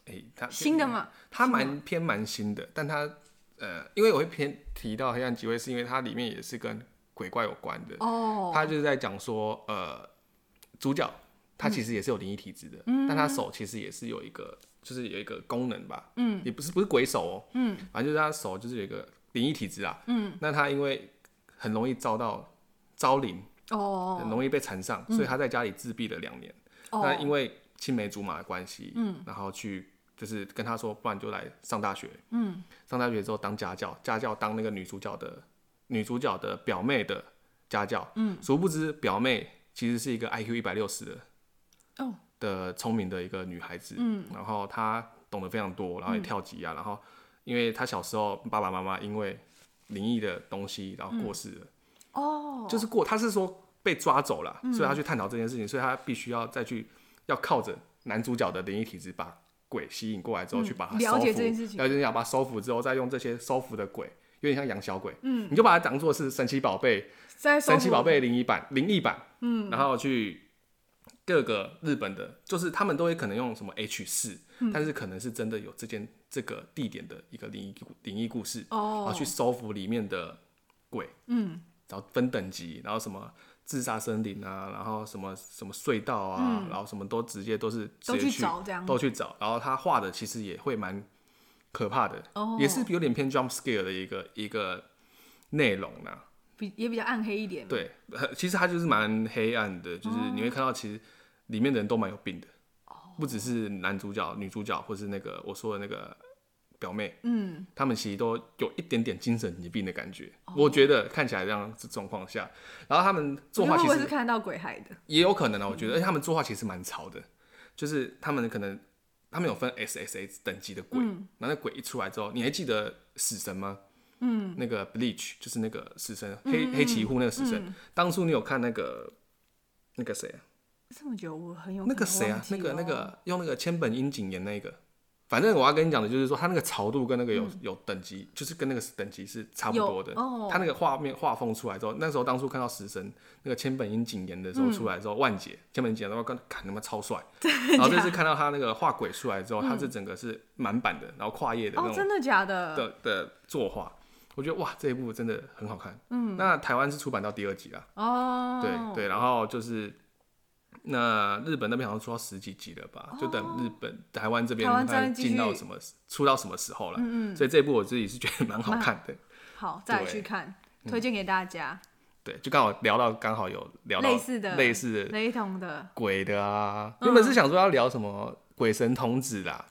S2: 哎、它
S1: 新的？嘛，
S2: 它
S1: 新的
S2: 蛮偏蛮新的，但它呃，因为我会偏提到《黑暗集会》，是因为它里面也是跟鬼怪有关的，
S1: 哦，
S2: 他就是在讲说，呃，主角
S1: 嗯
S2: 他其实也是有灵异体质的，但他手其实也是有一个，就是有一个功能吧，嗯，也不是不是鬼手哦，嗯，反正就是他手就是有一个灵异体质啊，嗯，那他因为很容易遭到招灵，很
S1: 哦，
S2: 容易被缠上，所以他在家里自闭了两年。
S1: 哦
S2: 那因为青梅竹马的关系，嗯，然后去就是跟他说，不然就来上大学。嗯，上大学之后当家教，家教当那个女主角的女主角的表妹的家教。嗯，殊不知表妹其实是一个 IQ 一百六十的
S1: 哦，
S2: 的聪明的一个女孩子，嗯，然后她懂得非常多，然后也跳级啊，然后因为她小时候爸爸妈妈因为灵异的东西然后过世了，
S1: 哦，
S2: 就是过，她是说被抓走了，所以她去探讨这件事情，所以她必须要再去要靠着男主角的灵异体质把鬼吸引过来之后，去把它
S1: 嗯了
S2: 收服，
S1: 解这件事情
S2: 了解这件把它收服之后，再用这些收服的鬼，有点像养小鬼，嗯，你就把它当做是神奇宝贝
S1: 在搜
S2: 神奇
S1: 狐
S2: 宝贝灵异版、灵异版，嗯，然后去各个日本的，就是他们都会可能用什么 H 四、
S1: 嗯
S2: 但是可能是真的有这件这个地点的一个灵异故灵异故事，然后
S1: 哦
S2: 去，收服里面的鬼，
S1: 嗯，
S2: 然后分等级，然后什么自杀森林啊，然后什么什么隧道啊，然后什么都直接都是直
S1: 嗯都
S2: 接
S1: 去找这样
S2: 都去找，然后他画的其实也会蛮可怕的，
S1: 哦
S2: 也是有点偏 jump scare 的一个一个内容啦、
S1: 比也比较暗黑一点，，
S2: 对，呃其实它就是蛮黑暗的，就是你
S1: 哦
S2: 会看到其实里面的人都蛮有病的，不只是男主角、女主角，或是那个我说的那个表妹，
S1: 嗯，哦
S2: 他们其实都有一点点精神疾病的感觉。我觉得看起来这样子状况下，然后他们
S1: 我
S2: 作
S1: 觉
S2: 画
S1: 得会
S2: 其
S1: 不会是
S2: 实
S1: 看得到鬼害的？
S2: 也有可能啊，我觉得，而且他们作画其实蛮潮的，就是他们可能他们有分 S S S 等级的鬼，然后那鬼一出来之后，你还记得死神吗？嗯，那个 Bleach 就是那个死神，黑黑崎护那个死神。当初你有看那个那个谁啊？
S1: 这么久我很有
S2: 那
S1: 可
S2: 个
S1: 能
S2: 谁啊
S1: 忘？记
S2: 那个那
S1: 咯
S2: 个用那个千本樱井演那个，反正我要跟你讲的就是说，他那个潮度跟那个有、有等级，就是跟那个等级是差不
S1: 嗯有
S2: 多的。
S1: 哦
S2: 他那个画面画风出来之后，那时候当初看到死神那个千本樱井演的
S1: 嗯
S2: 时候出来之后，万姐千本樱井，然后看看他妈超帅。然后这次看到他那个画鬼出来之后，他这整个是满版的，然后跨页的
S1: 嗯
S2: 那
S1: 哦，
S2: 种
S1: 真的假的？
S2: 的的作画，我觉得哇，这一部真的很好看。嗯，那台湾是出版到第二集啦。
S1: 哦，
S2: 对对，然后就是那日本那边好像出到十几集了吧，就等日本台湾这边
S1: 哦台湾这
S2: 看
S1: 边继
S2: 进到
S1: 续
S2: 什么时出到什么时候了。嗯嗯，所以这一部我自己是觉得蛮好看的。
S1: 好，再来
S2: 对
S1: 去看，推荐给大家
S2: 对，就刚好聊到刚好有聊到
S1: 类似的嗯
S2: 类似的
S1: 雷同的
S2: 鬼的啊，原本是想说要聊什么鬼神童子啦，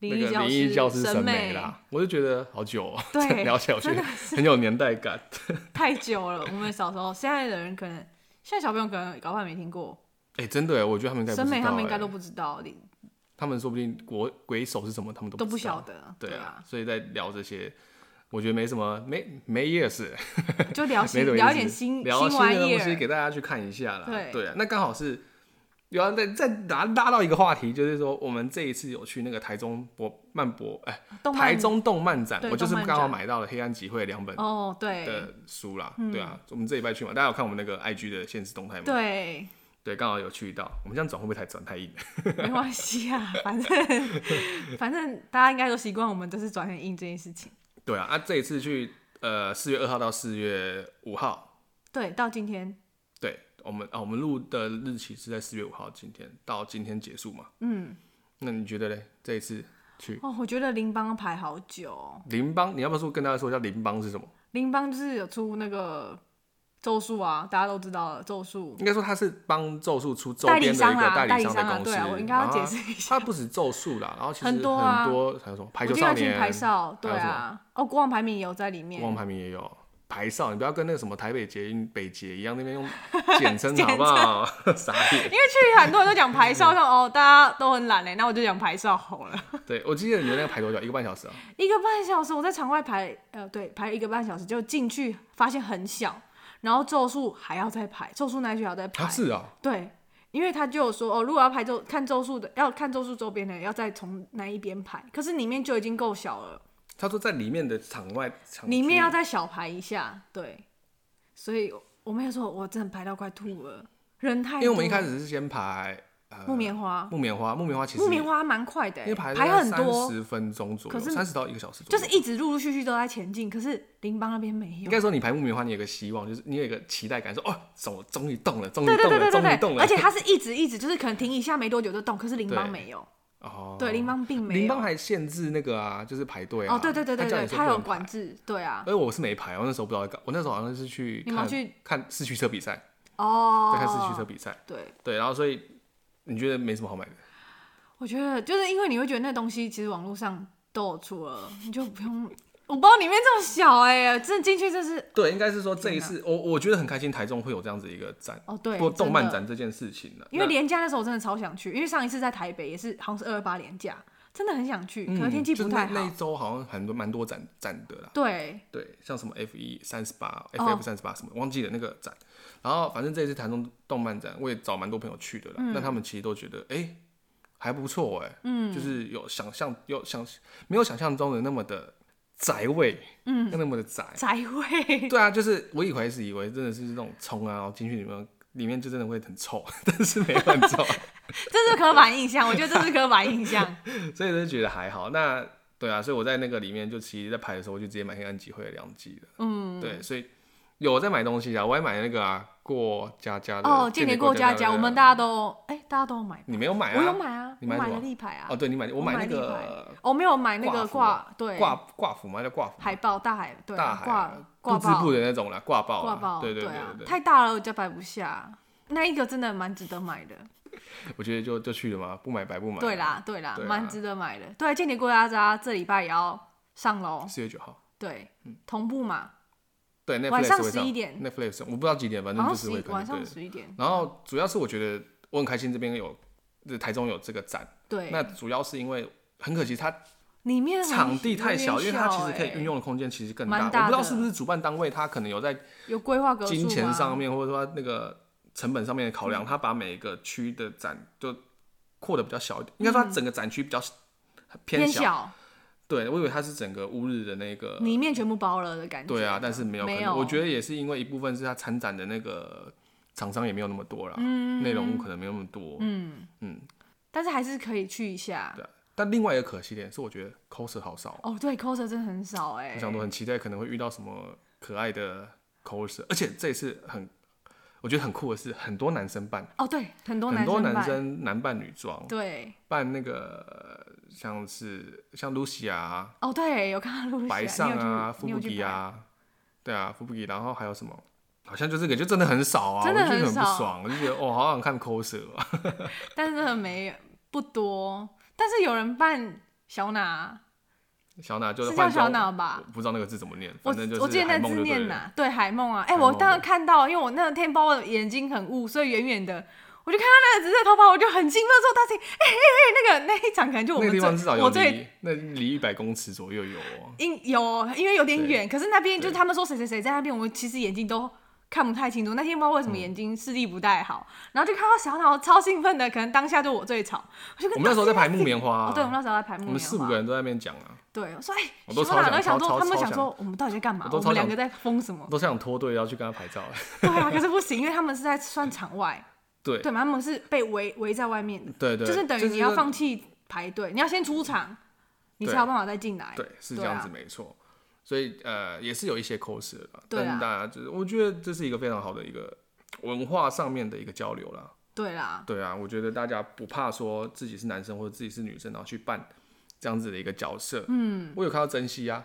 S2: 那
S1: 灵
S2: 个
S1: 异
S2: 灵异
S1: 师
S2: 教师
S1: 师
S2: 审
S1: 美
S2: 美啦，我就觉得好久哦，
S1: 对
S2: 聊起来我觉得很有年代感。
S1: 太久了。我们小时候，现在的人可能，现在小朋友可能搞不好没听过，
S2: 哎，真的耶，我觉得他们应该不
S1: 审
S2: 知
S1: 美他
S2: 道哎
S1: 们应该
S2: 耶
S1: 都不知道，你
S2: 他们说不定国鬼手是什么，他们都
S1: 都不
S2: 知道
S1: 晓得。
S2: 对啊
S1: 啊，，
S2: 所以在聊这些，我觉得没什么，没没意 思，
S1: 啊就聊
S2: 没
S1: 新
S2: 什么意思
S1: 聊一点新
S2: 聊新
S1: 玩
S2: 的
S1: 意
S2: 东西给
S1: 儿。
S2: 大家去看一下啦。
S1: 对
S2: 啊，那刚好是，然后再再拿拉到一个话题，就是说我们这一次有去那个台中博漫博，哎、
S1: 动漫
S2: 台中动漫展，
S1: 对
S2: 我就是
S1: 动漫
S2: 刚好
S1: 展
S2: 买到了《黑暗集会》两本
S1: 哦，对
S2: 的书啦。对啊，我们这礼拜去嘛，大家有看我们那个 IG 的现实动态吗？
S1: 对，
S2: 对，刚好有去到。我们这样转会不会太转太硬？
S1: 没关系啊，反正 反正大家应该都习惯我们都是转很硬这件事情。
S2: 对啊，啊，这一次去呃四月二号到四月五号，
S1: 对，到今天，
S2: 对，我们啊，我们录的日期是在四月五号，今天到今天结束嘛。
S1: 嗯，
S2: 那你觉得嘞？这一次去
S1: 哦，我觉得林邦排好久、哦，
S2: 邻邦，你要不要说跟大家说一下邻邦是什么？
S1: 林邦就是有出那个咒术啊，大家都知道了，咒术
S2: 应该说它是帮咒术出周
S1: 代
S2: 边的
S1: 理
S2: 一
S1: 商
S2: 个
S1: 啦，
S2: 代
S1: 代
S2: 理
S1: 理
S2: 商的
S1: 商啊，
S2: 公司。
S1: 对啊，我应该要解释一下。
S2: 它不止咒术啦，然后其实
S1: 很多啊
S2: 很多还有什么排
S1: 我
S2: 球
S1: 记得
S2: 少
S1: 请
S2: 年、
S1: 排少，对
S2: 还有什
S1: 啊，哦，国王排名也有在里面
S2: 国，王排名也有。排少，你不要跟那个什么台北捷运北捷一样，那边用简 称好不好？ 傻眼。
S1: 因为去很多人都讲排
S2: 嗯
S1: 少，像哦，大家都很懒嘞，那我就讲排少好了。
S2: 对，我记得你们那个排多久？一个半小时啊？
S1: 一个半小时，我在场外排，呃，对，排了一个半小时，就进去发现很小，然后咒术还要再排，咒术那一区还要再排，
S2: 啊，是啊，
S1: 对，因为他就有说哦，如果要排咒看咒术的，要看咒术周边的，要再从那一边排，可是里面就已经够小了，
S2: 他说在里面的场外场
S1: 里面
S2: 区
S1: 要再小排一下，对，所以我没有说，我真的排到快吐了，人太多，
S2: 因为我们一开始是先排呃
S1: 木棉花，
S2: 木棉花，木棉花其实
S1: 木棉花蛮快的、
S2: 因为
S1: 欸，
S2: 排
S1: 很多，
S2: 十分钟左右，
S1: 可是
S2: 三十到一个小时左
S1: 就
S2: 右。
S1: 是一直陆陆续续都在前进，可是林邦那边没
S2: 应
S1: 有。
S2: 该说你排木棉花，你有个希望，就是你有一个期待感，说哦，手终于动了，终于
S1: 对对
S2: 动
S1: 对对对
S2: 了，终于
S1: 对
S2: 动了。
S1: 而且它是一直一直就是可能停一下没多久就动，可是林邦
S2: 对
S1: 没有，
S2: 哦，
S1: 对，林邦并没有，
S2: 林邦还限制那个啊，就是排队啊。
S1: 哦，对对对对
S2: 他叫
S1: 对，
S2: 你说
S1: 它
S2: 不
S1: 有
S2: 能排
S1: 管。制，对啊，
S2: 而我是没排，我那时候不知道在干，我那时候好像是去
S1: 你们
S2: 看
S1: 有去
S2: 看四驱车比赛，在
S1: 哦，
S2: 看四驱车比赛。
S1: 对，
S2: 对，然后所以你觉得没什么好买的，
S1: 我觉得就是因为你会觉得那东西其实网络上都有出了，你就不用。我不知道里面这么小哎、真的进去就是
S2: 对，应该是说这一次，我我觉得很开心，台中会有这样子一个展，
S1: 哦对，
S2: 过动漫
S1: 真的
S2: 展这件事情呢、
S1: 因为
S2: 那
S1: 廉价那时候我真的超想去，因为上一次在台北也是好像是二二八廉价，真的很想去，可能天气
S2: 嗯就
S1: 不
S2: 是
S1: 太好。
S2: 那那一周好像很多蛮多展展的啦，
S1: 对，
S2: 对，像什么 F 一三十八、
S1: 哦
S2: FF 三十八什么，忘记了那个展。然后反正这一次台中动漫展，我也找蛮多朋友去的啦。
S1: 嗯
S2: 那他们其实都觉得，哎、还不错哎、嗯，就是有想象，有想没有想象中的那么的宅味，嗯，那么的宅。
S1: 宅味，
S2: 对啊，就是我以为是以为真的是那种冲啊，然后进去里面里面就真的会很臭， 但是没有很臭，
S1: 这是刻板印象，我觉得这是刻板印 象。
S2: 所以就觉得还好。那对啊，所以我在那个里面就其实，在排的时候我就直接买黑暗集会的两季的。
S1: 嗯，
S2: 对，所以有在买东西啊，我还买那个啊，过家家的
S1: 哦，间谍过家家，我们大家都哎、大家都有买吧，
S2: 你没有买啊？
S1: 我有买啊，
S2: 你买
S1: 我
S2: 什
S1: 买
S2: 么
S1: 了立牌啊，
S2: 哦，对你买，我买那
S1: 立牌
S2: 个
S1: 我没有买那个
S2: 挂啊
S1: 挂对
S2: 挂挂幅嘛，叫挂幅，
S1: 海报大海对
S2: 大海
S1: 挂
S2: 啊
S1: 挂
S2: 不织布
S1: 报
S2: 的那种啦，挂报
S1: 挂
S2: 啦，
S1: 报
S2: 对对
S1: 对啊
S2: 对，对，
S1: 太大了我家摆不下，那一个真的蛮值得买的。
S2: 我觉得就就去了嘛，不买白不买。
S1: 对，啦，对啦，
S2: 对啊
S1: 蛮值得买的。对，《间谍过家家》这礼拜也要上喽，
S2: 四月九号。
S1: 对，
S2: 嗯
S1: 同步嘛，
S2: 对
S1: 晚上
S2: ，Netflix 会上
S1: 11点
S2: ，Netflix 我不知道几点，反
S1: 好
S2: 正就
S1: 像
S2: 是
S1: 十
S2: 会
S1: 一
S2: 看
S1: 晚
S2: 对
S1: 上。十一点，
S2: 然后主要是我觉得我很开心，这边有就是台中有这个展，
S1: 对，
S2: 那主要是因为很可惜它
S1: 里面很
S2: 场地太小，
S1: 有
S2: 因为
S1: 点
S2: 它其实可以
S1: 欸
S2: 运用的空间其实更
S1: 蛮
S2: 大。
S1: 大的
S2: 我不知道是不是主办单位他可能有在
S1: 有规划格数
S2: 金钱
S1: 吗嗯
S2: 上面，或者说它那个成本上面的考量，他把每个区的展就扩的比较小一点，应该说它整个展区比较
S1: 嗯
S2: 偏
S1: 偏
S2: 小。
S1: 小，
S2: 对，我以为它是整个乌日的那个。
S1: 里面全部包了的感觉。
S2: 对啊，但是没有可
S1: 没
S2: 能。
S1: 有，
S2: 我觉得也是因为一部分是它参展的那个厂商也没有那么多啦，内容物可能没有那么多。
S1: 嗯
S2: 嗯，
S1: 但是还是可以去一下。
S2: 对啊。但另外一个可惜点是，我觉得 coser 好少。
S1: 哦，对，coser 真的很少哎、
S2: 我想都很期待可能会遇到什么可爱的 coser，而且这一次很，我觉得很酷的是，很多男生扮，
S1: 哦，对，很多
S2: 很
S1: 男
S2: 多
S1: 生
S2: 男
S1: 扮
S2: 生男扮女装，
S1: 对，
S2: 扮那个呃像是像 Lucy 啊、
S1: 哦对，有看到露西亚
S2: 白上啊、
S1: 你有去你有去
S2: Fubuki 啊，对啊 Fubuki，然后还有什么？好像就这个，就真的很少啊，
S1: 真的
S2: 我就觉
S1: 很
S2: 得很
S1: 少
S2: 不爽，我就觉得哦，好想看 coser 啊，
S1: 扮，但是真的没不多，但是有人扮小哪，
S2: 小娜就是
S1: 是叫
S2: 换
S1: 小
S2: 装，
S1: 哪吧
S2: 我？不知道那个字怎么念，
S1: 我
S2: 反正就是
S1: 我记得那
S2: 海梦
S1: 字
S2: 就对
S1: 念
S2: 了
S1: 哪？对，海梦啊！哎、
S2: 海
S1: 我
S2: 梦
S1: 当时
S2: 对
S1: 看到，因为我那天包我眼睛很雾，所以远远的我就看到那个紫色头发，我就很兴奋说：“他是哎哎哎，那个那一场可能就我
S2: 那个
S1: 们
S2: 地
S1: 最
S2: 方至少有
S1: 我最
S2: 离那离一百公尺左右有哦。
S1: 因有，因为有点远，可是那边就是
S2: 对
S1: 他们说谁谁谁在那边，我其实眼睛都看不太清楚。那天不知道为
S2: 嗯
S1: 什么眼睛视力不太好，然后就看到小脑超兴奋的，可能当下就我最吵，我就跟
S2: 我们那时候在排木棉花、
S1: 哦，
S2: 啊，
S1: 对，我们那时候在排木
S2: 我
S1: 棉
S2: 们
S1: 花，
S2: 四五个人都在那边讲啊，
S1: 对，我说哎，
S2: 我都
S1: 小
S2: 超
S1: 脑都想
S2: 想超
S1: 说，他们
S2: 超
S1: 想
S2: 想
S1: 说我们到底在干嘛？
S2: 我都
S1: 我
S2: 超
S1: 们两个
S2: 想
S1: 在疯什么？
S2: 都想脱队要去跟他拍照。
S1: 对啊，可是不行，因为他们是在算场外，
S2: 对
S1: 对嘛，他们是被围围在外面的，
S2: 对对，
S1: 就是等于你要放弃排队，你要先出场，你才
S2: 对
S1: 有办法再进来。
S2: 对，是这
S1: 对
S2: 样
S1: 啊
S2: 子没错。所以呃，也是有一些 cos 的啦，
S1: 对啊
S2: 但大家就是我觉得这是一个非常好的一个文化上面的一个交流啦。
S1: 对啦，
S2: 对啊，我觉得大家不怕说自己是男生或者自己是女生，然后去扮这样子的一个角色。嗯，我有看到珍惜啊，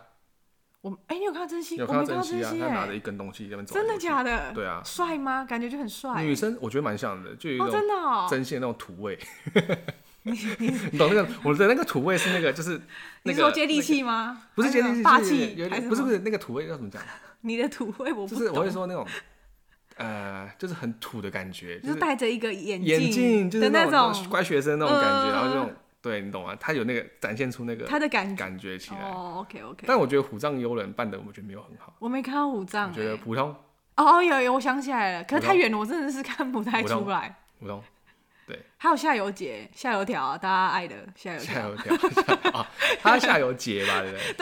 S1: 我哎、你有看到珍惜？
S2: 有
S1: 我
S2: 看到
S1: 没看
S2: 珍
S1: 到珍
S2: 啊，
S1: 惜
S2: 他拿
S1: 哎、
S2: 着一根东西在那边走来
S1: 真
S2: 走去。
S1: 的假的？
S2: 对啊
S1: 帅吗？感觉就很帅、欸
S2: 女生我觉得蛮像的，就有一
S1: 哦，
S2: 种
S1: 真的哦，
S2: 针线那种土味， 你 懂那个我的那个土味是那个就是那
S1: 你
S2: 个
S1: 说接地，气吗？
S2: 那个不是接
S1: 还
S2: 地气，
S1: 霸
S2: 就是有
S1: 气
S2: 点
S1: 还是
S2: 不是不
S1: 是？
S2: 是那个土味要怎 么讲？
S1: 你的土味我不
S2: 就是我会
S1: 懂
S2: 说那种呃，就是很土的感觉，
S1: 就是
S2: 是
S1: 戴着一个眼
S2: 眼镜就是
S1: 的那
S2: 种
S1: 种
S2: 乖学生那种感觉，
S1: 嗯
S2: 然后这种对你懂吗？他有那个展现出那个
S1: 他的感觉。
S2: 感觉起来，
S1: 哦，OK OK，
S2: 但我觉得虎杖悠人扮的我觉得没有很好，
S1: 我没看到五
S2: 我
S1: 脏、
S2: 觉得
S1: 欸。
S2: 普通
S1: 哦，有有，我想起来了，可是
S2: 我
S1: 太
S2: 懂
S1: 远了，我真的是看不太
S2: 我懂
S1: 出来。
S2: 普通，
S1: 还有下游节、下游条、啊，大家爱的下游
S2: 下
S1: 条。
S2: 游条下啊，他下游节吧，对不对？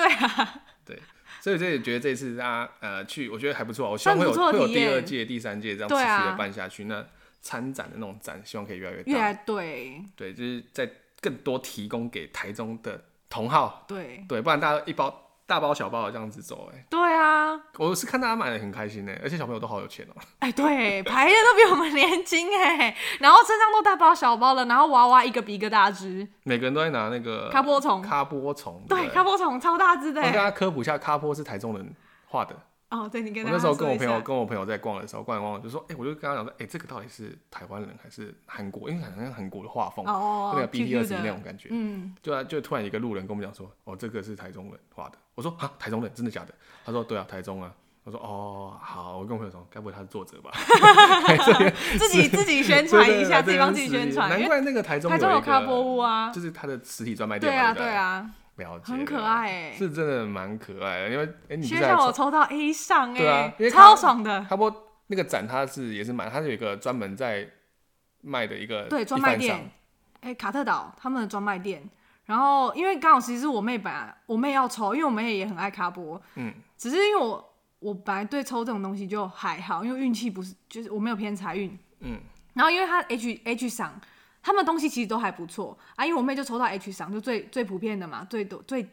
S1: 对啊，
S2: 所以这也觉得这次大家呃去，我觉得还不错，我希望会
S1: 算
S2: 有
S1: 不错的
S2: 会有
S1: 体
S2: 第
S1: 验
S2: 二届、第三届这样持
S1: 对啊
S2: 续的办下去。那参展的那种展，希望可以越来越大。
S1: 越来对
S2: 对，就是在更多提供给台中的同好，
S1: 对
S2: 对，不然大家一包大包小包的这样子走、哎，
S1: 对啊，
S2: 我是看大家买的很开心呢、哎而且小朋友都好有钱哦、
S1: 哎对，排的都比我们年轻哎，然后身上都大包小包的，然后娃娃一个比一个大只，
S2: 每个人都在拿那个
S1: 咖波虫，
S2: 咖波虫，
S1: 对，
S2: 不
S1: 咖波虫超大只的
S2: 我跟大
S1: 欸，
S2: 家科普一下，咖波是台中人画的，
S1: 哦，对你跟
S2: 我
S1: 大
S2: 那
S1: 家
S2: 时候
S1: 说
S2: 跟我
S1: 一
S2: 朋友
S1: 下，
S2: 跟我朋友在逛的时候，逛一逛，我就说，哎、我就跟他讲说，哎、这个到底是台湾人还是韩国？因为好像韩国的画风，
S1: 哦哦
S2: 那个 B T 二
S1: QQ
S2: 十
S1: 的
S2: 那种感觉，
S1: 嗯，
S2: 就啊，就突然一个路人跟我们讲说，哦，这个是台中人画的。我说啊，台中人真的假的？他说对啊，台中啊。我说哦，好，我跟我朋友说，该不会他是作者 吧？
S1: 自 己自己宣传一下，自
S2: 对
S1: 己
S2: 对
S1: 帮自己
S2: 是
S1: 宣传，
S2: 难
S1: 因为
S2: 怪那个台中
S1: 台中有
S2: 一
S1: 咖波
S2: 个，
S1: 屋啊，
S2: 就是他的实体专卖店
S1: 对
S2: 嘛，
S1: 啊
S2: 对不
S1: 对啊，
S2: 对，了解，
S1: 很可，爱哎、
S2: 是真的蛮可爱的。因为哎，你不
S1: 学
S2: 是还
S1: 校我
S2: 抽
S1: 抽到 A 上哎、
S2: 对啊因为
S1: 超
S2: 它
S1: 爽的，
S2: 咖波那个展，它是也是蛮，它是有一个专门在卖的一个
S1: 对，专
S2: 呃一
S1: 卖
S2: 番
S1: 店
S2: 赏，，
S1: 哎、卡特岛他们的专卖店。然后因为刚好其实我妹本来我妹要抽，因为我妹也很爱卡波，
S2: 嗯，
S1: 只是因为我我本来对抽这种东西就还好，因为运气不是就是我没有偏财运，
S2: 嗯，
S1: 然后因为他 H H 赏，他们东西其实都还不错啊，因为我妹就抽到 H 赏，就最最普遍的嘛，最多最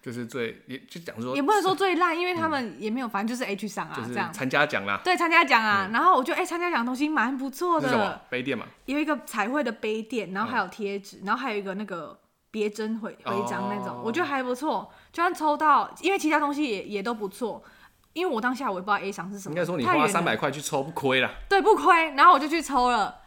S2: 就是最也就讲说
S1: 也不能说最烂，因为他们也没有，反正就是 H 赏啊、
S2: 嗯就是
S1: 这样。
S2: 参加奖啦，
S1: 对，参加奖啊，然后我就哎参加奖的东西蛮不错
S2: 是什么
S1: 的，
S2: 杯垫嘛？
S1: 有一个彩绘的杯垫，然后还有贴纸，然后还有一个那个别针徽徽章那种，
S2: 嗯哦
S1: 我觉得还不错。就算抽到，因为其他东西也也都不错，因为我当下我也不知道 A 赏是什么，
S2: 应该说你
S1: 太
S2: 花
S1: 远了
S2: 三百块去抽不亏啦。
S1: 对，不亏。然后我就去抽了，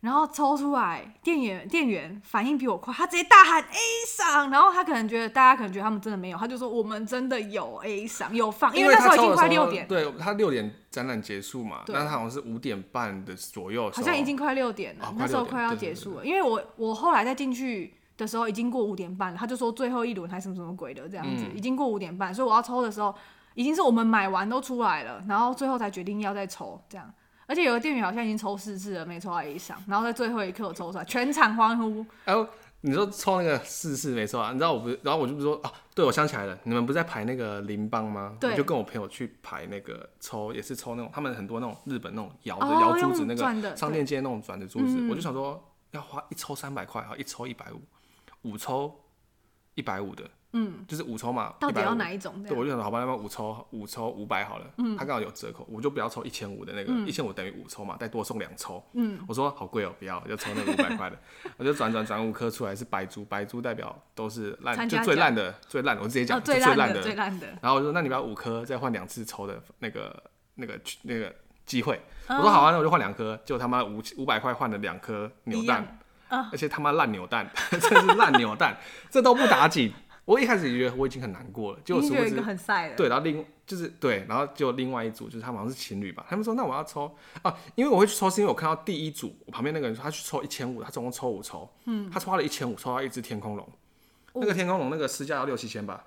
S1: 然后抽出来，店员店员反应比我快，他直接大喊 A 赏，然后他可能觉得大家可能觉得他们真的没有，他就说我们真的有 A 赏有放，因为那
S2: 他
S1: 时候已
S2: 抽
S1: 经
S2: 的
S1: 快六点，
S2: 对他六点展览结束嘛，
S1: 对
S2: 但是他好像是五点半的左右的时
S1: 好
S2: 候，
S1: 像已经快六点了，
S2: 哦快
S1: 那时候
S2: 6点
S1: 快要
S2: 对对
S1: 结
S2: 对
S1: 束了，因为我我后来再进去。的时候已经过五点半了，他就说最后一轮还什么什么鬼的这样
S2: 嗯
S1: 子，已经过五点半，所以我要抽的时候已经是我们买完都出来了，然后最后才决定要再抽这样。而且有的店员好像已经抽四次了，没抽到 A 赏，然后在最后一刻我抽出来，全场欢呼，
S2: 哎呦，你说抽那个试试没错啊？你知道我不是，然后我就不是说啊，对我想起来了，你们不是在排那个邻邦吗？
S1: 对
S2: 我就跟我朋友去排那个抽，也是抽那种他们很多那种日本那种摇的
S1: 哦
S2: 摇珠子
S1: 用
S2: 那
S1: 转的嗯
S2: 个商店街那种转的珠子，我就想说要花一抽三百块，好一抽一百五，五抽一百五的，嗯，就是五抽嘛，
S1: 到底要
S2: 150
S1: 哪一种这
S2: 对，
S1: 样？
S2: 我就想说好吧，要不然五抽五抽五百好了，嗯，他刚好有折扣，我就不要抽一千五的那个，
S1: 嗯
S2: 一千五等于五抽嘛，再多送两抽，嗯，我说好贵哦、不要，我就抽那个五百块的，我就转转转五颗出来是白珠，白珠代表都是烂，
S1: 参
S2: 就
S1: 加
S2: 最
S1: 奖
S2: 烂的最烂的，我直接讲、
S1: 哦，
S2: 就
S1: 最
S2: 最
S1: 烂
S2: 烂的，
S1: 最烂的，
S2: 然后我就说那你们要五颗，再换两次抽的那个那个那个机会，我说好啊，那我就换两颗，结果他妈五五百块换了两颗
S1: 嗯
S2: 扭
S1: 一
S2: 蛋
S1: 样，嗯
S2: 而且他妈烂扭蛋， 真是烂扭蛋，这都不打紧。我一开始也觉得我已经很难过了，结
S1: 已
S2: 果
S1: 经
S2: 殊
S1: 有
S2: 不
S1: 一
S2: 知
S1: 个很晒的，
S2: 对，然后另就是对，然后就另外一组就是他们好像是情侣吧，他们说那我要抽啊，因为我会去抽，是因为我看到第一组我旁边那个人说他去抽一千五，他总共抽五抽，嗯，他抽到了一千五，抽到一只天空龙，那个天空龙那个市价要六七千吧，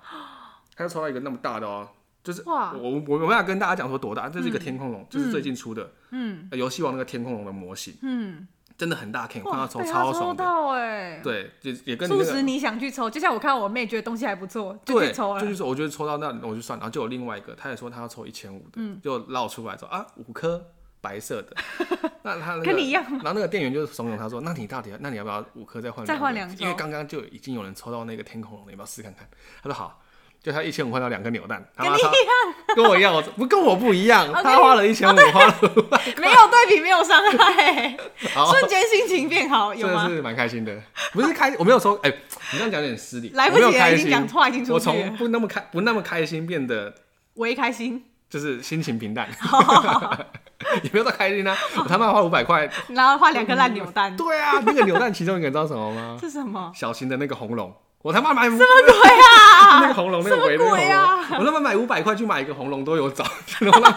S2: 他就抽到一个那么大的哦，就是
S1: 哇
S2: 我我我没办法跟大家讲说多大，这是一个天空龙，就是最近出的，嗯，游戏王那个天空龙的模型，嗯，真的很大，可以放
S1: 哇，
S2: 到抽
S1: 被他
S2: 超
S1: 抽
S2: 爽的，
S1: 到哎，
S2: 对，也也跟你
S1: 促
S2: 那个
S1: 使你想去抽，就像我看我妹觉得东西还不错，就
S2: 对，
S1: 去抽了，
S2: 就是说我觉得抽到那我就算，然后就有另外一个，他也说他要抽一千五的，
S1: 嗯
S2: 就绕出来说啊五颗白色 的，那他、那个、
S1: 跟你一样
S2: 然后那个店员就怂恿他说，那你到底要那你要不要五颗再换
S1: 再换
S2: 两
S1: 两
S2: 颗因为
S1: 周
S2: 刚刚就已经有人抽到那个天空龙了，你要不要试看看？他说好。就他一千五换到两个扭蛋，他
S1: 跟
S2: 妈
S1: 你一
S2: 他
S1: 样，
S2: 跟我要，不跟我不一样，
S1: 哦
S2: 他
S1: 跟你
S2: 花 了一千五，花了五万，
S1: 没有对比，没有伤害，
S2: 好，
S1: 瞬间心情变 好，有
S2: 真的
S1: 吗？
S2: 是蛮开心的，不是开，我没有说，哎、你这样讲有点失礼，
S1: 来不
S2: 我没有
S1: 及了
S2: 开
S1: 已经
S2: 心
S1: 讲话已经出
S2: 我
S1: 去
S2: 从
S1: 了
S2: 不那么开不那么开心变得
S1: 我一开心，
S2: 就是心 情平淡，
S1: 哦
S2: 也没有到开心啊。我他妈花五百块，
S1: 然后换两个烂扭蛋，
S2: 对啊，那个扭蛋其中一个你知道什么吗？
S1: 是什么？
S2: 小型的那个红龙，我他妈买什么
S1: 对啊，
S2: 那个红龙，那个围
S1: 什
S2: 那个
S1: 么
S2: 红
S1: 鬼啊
S2: 龙，我他妈买五百块去买一个红龙都有找， 我他妈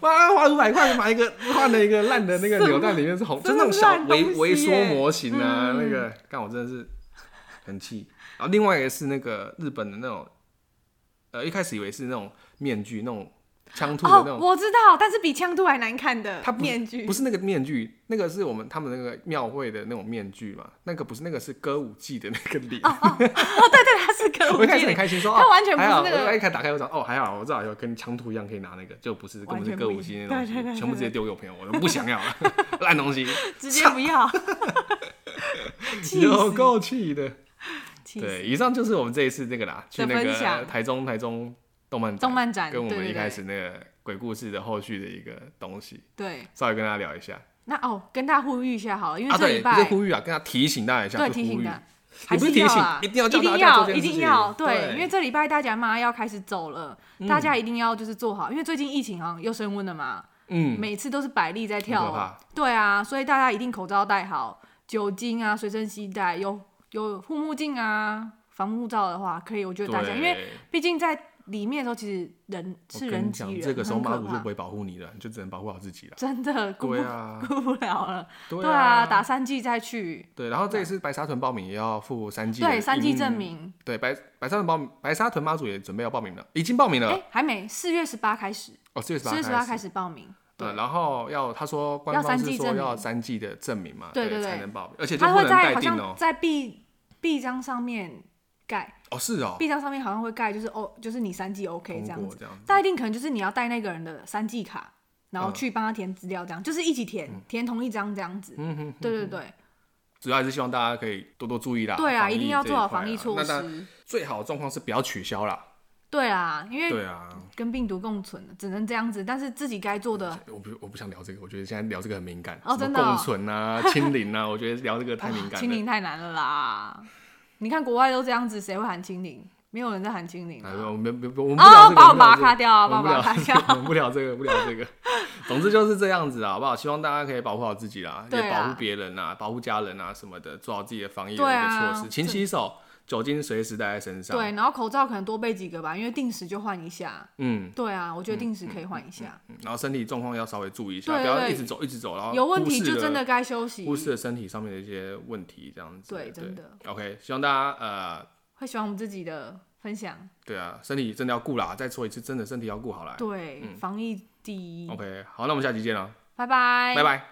S2: 哇花五百块买一个换了一个烂的那个扭蛋，里面 是红，就
S1: 真
S2: 那
S1: 的
S2: 种小
S1: 烂东
S2: 微
S1: 西
S2: 微缩
S1: 耶
S2: 模型啊，那个，干我真的是很气。然后另外一个是那个日本的那种，呃，一开始以为是那种面具，那种枪兔的那
S1: 哦
S2: 种，。
S1: 我知道，但是比枪兔还难看的
S2: 它不
S1: 面具
S2: 不，是那个面具，那个是我们他们那个庙会的那种面具嘛，那个不是那个是歌舞伎的那个脸。
S1: 对，它是哦歌
S2: 我
S1: 舞
S2: 一开始
S1: 伎
S2: 很
S1: 的，
S2: 开心说，
S1: 它
S2: 哦
S1: 完全不
S2: 还
S1: 是
S2: 好
S1: 那个
S2: 我一开始打开我想，哦还好，我至少有跟枪图一样可以拿那个，就不是根本是歌舞伎那种东
S1: 完全不一样对对对
S2: 西，
S1: 对
S2: 全部直接丢给我朋友，我都不想要了， 烂东西，
S1: 直接不要，气
S2: 有
S1: 死，
S2: 够气的。
S1: 气死！
S2: 对，以上就是我们这一次那个啦，去
S1: 的
S2: 那
S1: 分
S2: 个
S1: 享
S2: 台中台中动漫
S1: 动
S2: 展，
S1: 漫展
S2: 跟我
S1: 对
S2: 们
S1: 对
S2: 一开
S1: 对
S2: 始那个鬼故事的后续的一个东西，
S1: 对，
S2: 稍微跟大家聊一下。
S1: 那哦，跟大家呼吁一下好了，因为
S2: 啊，
S1: 这
S2: 对，
S1: 礼
S2: 不是
S1: 拜
S2: 呼吁啊，跟他提醒大家一下，
S1: 对
S2: 不是
S1: 提
S2: 呼
S1: 醒
S2: 吁
S1: 的，还
S2: 你不
S1: 是
S2: 是提
S1: 要
S2: 醒
S1: 啊，
S2: 一定要
S1: 一
S2: 叫
S1: 定
S2: 大家做
S1: 要，一
S2: 这件事
S1: 定
S2: 情
S1: 要，
S2: 对
S1: 因为这礼拜大家妈要开始走了，大家一定要就是做好，因为最近疫情好像又升温了嘛，
S2: 嗯，
S1: 每次都是百例在
S2: 很可
S1: 跳
S2: 怕，
S1: 对啊，所以大家一定口罩戴好，酒精啊随身携带，有有护目镜啊，防护罩的话可以，我觉得大家，因为
S2: 对
S1: 毕竟在里面的时候，其实人
S2: 我
S1: 是
S2: 跟你
S1: 人
S2: 讲
S1: 挤人，
S2: 这个时候
S1: 很可
S2: 妈祖就
S1: 怕
S2: 不会保护你了，你就只能保护好自己了。
S1: 真的顾
S2: 对
S1: 不
S2: 啊，
S1: 顾不了了，
S2: 对
S1: 对啊，打三剂再去，
S2: 对，然后这一次白沙屯报名也要付三 G，
S1: 对，三剂证，明，
S2: 对白白沙屯报白沙屯妈祖也准备要报名了，已经报名了，
S1: 哎，还没，四月十八开始，
S2: 哦，四月十
S1: 四月十八
S2: 八
S1: 开
S2: 始，
S1: 始报名，
S2: 对，然后要他说官
S1: 要
S2: 方
S1: 三
S2: 是
S1: G
S2: 说
S1: 证明
S2: 要三 G 的证明嘛，
S1: 对对对
S2: 才能报名，而且就
S1: 他
S2: 不
S1: 会
S2: 能
S1: 在
S2: 待
S1: 好
S2: 定
S1: 像
S2: 哦，
S1: 在臂臂章上面盖，
S2: 哦是哦，
S1: 臂章上面好像会盖，就是哦，就是你三 G OK
S2: 通
S1: 这样
S2: 过
S1: 子。
S2: 这样子，
S1: 待定可能就是你要带那个人的三 G 卡，然后
S2: 嗯
S1: 去帮他填资料，这样、就是一起填，填同一张这样子。
S2: 嗯哼，
S1: 对对对，
S2: 主要还是希望大家可以多多注意啦，
S1: 对啊，
S2: 防疫
S1: 一定要
S2: 这
S1: 做好
S2: 一块
S1: 防
S2: 啊
S1: 疫措。
S2: 那那
S1: 施。
S2: 最好的状况是不要取消啦，
S1: 对啊，因为
S2: 对啊，
S1: 跟病毒共存了，只能这样子。但是自己该做的，
S2: 我不我不想聊这个，我觉得现在聊这个很敏感，
S1: 哦
S2: 什么
S1: 真的哦
S2: 共存 啊、清零啊，我觉得聊这个太敏
S1: 哇
S2: 感
S1: 清
S2: 了。
S1: 零太难了啦。你看国外都这样子，谁会喊清零？没有人在喊清零
S2: 哎，
S1: 啊。
S2: 我们不不，我们不聊
S1: 哦
S2: 这，个，
S1: 把我把
S2: 我们不聊这
S1: 它
S2: 个
S1: 卡掉啊，把
S2: 我
S1: 我
S2: 们
S1: 把它 卡掉。
S2: 不聊不聊这个，不聊这个。总之就是这样子啊啦，好不好？希望大家可以保护好自己啦，
S1: 对啊
S2: 也保护别人啦，保护家人啊什么的，做好自己的防疫的
S1: 对
S2: 一
S1: 啊
S2: 个措施，勤
S1: 这
S2: 洗手，酒精随时带在身上。，
S1: 对，然后口罩可能多备几个吧，因为定时就换一下。
S2: 嗯，
S1: 对啊，我觉得定时可以换一下。
S2: 嗯然后身体状况要稍微注意一下，
S1: 对
S2: 不要
S1: 对
S2: 一直走一直走，然后
S1: 有问
S2: 嗯忽
S1: 题
S2: 视
S1: 就真
S2: 了
S1: 的该休息。
S2: 忽视了身体上面的一些问题，这样子。
S1: 对真的
S2: OK，希望大家呃，
S1: 会喜欢我们自己的分享。
S2: 对啊，身体真的要顾啦，再说一次，真的身体要顾好来。
S1: 嗯对，防疫第一。
S2: OK，好，那我们下期见了，啊
S1: 拜拜，
S2: 拜。拜。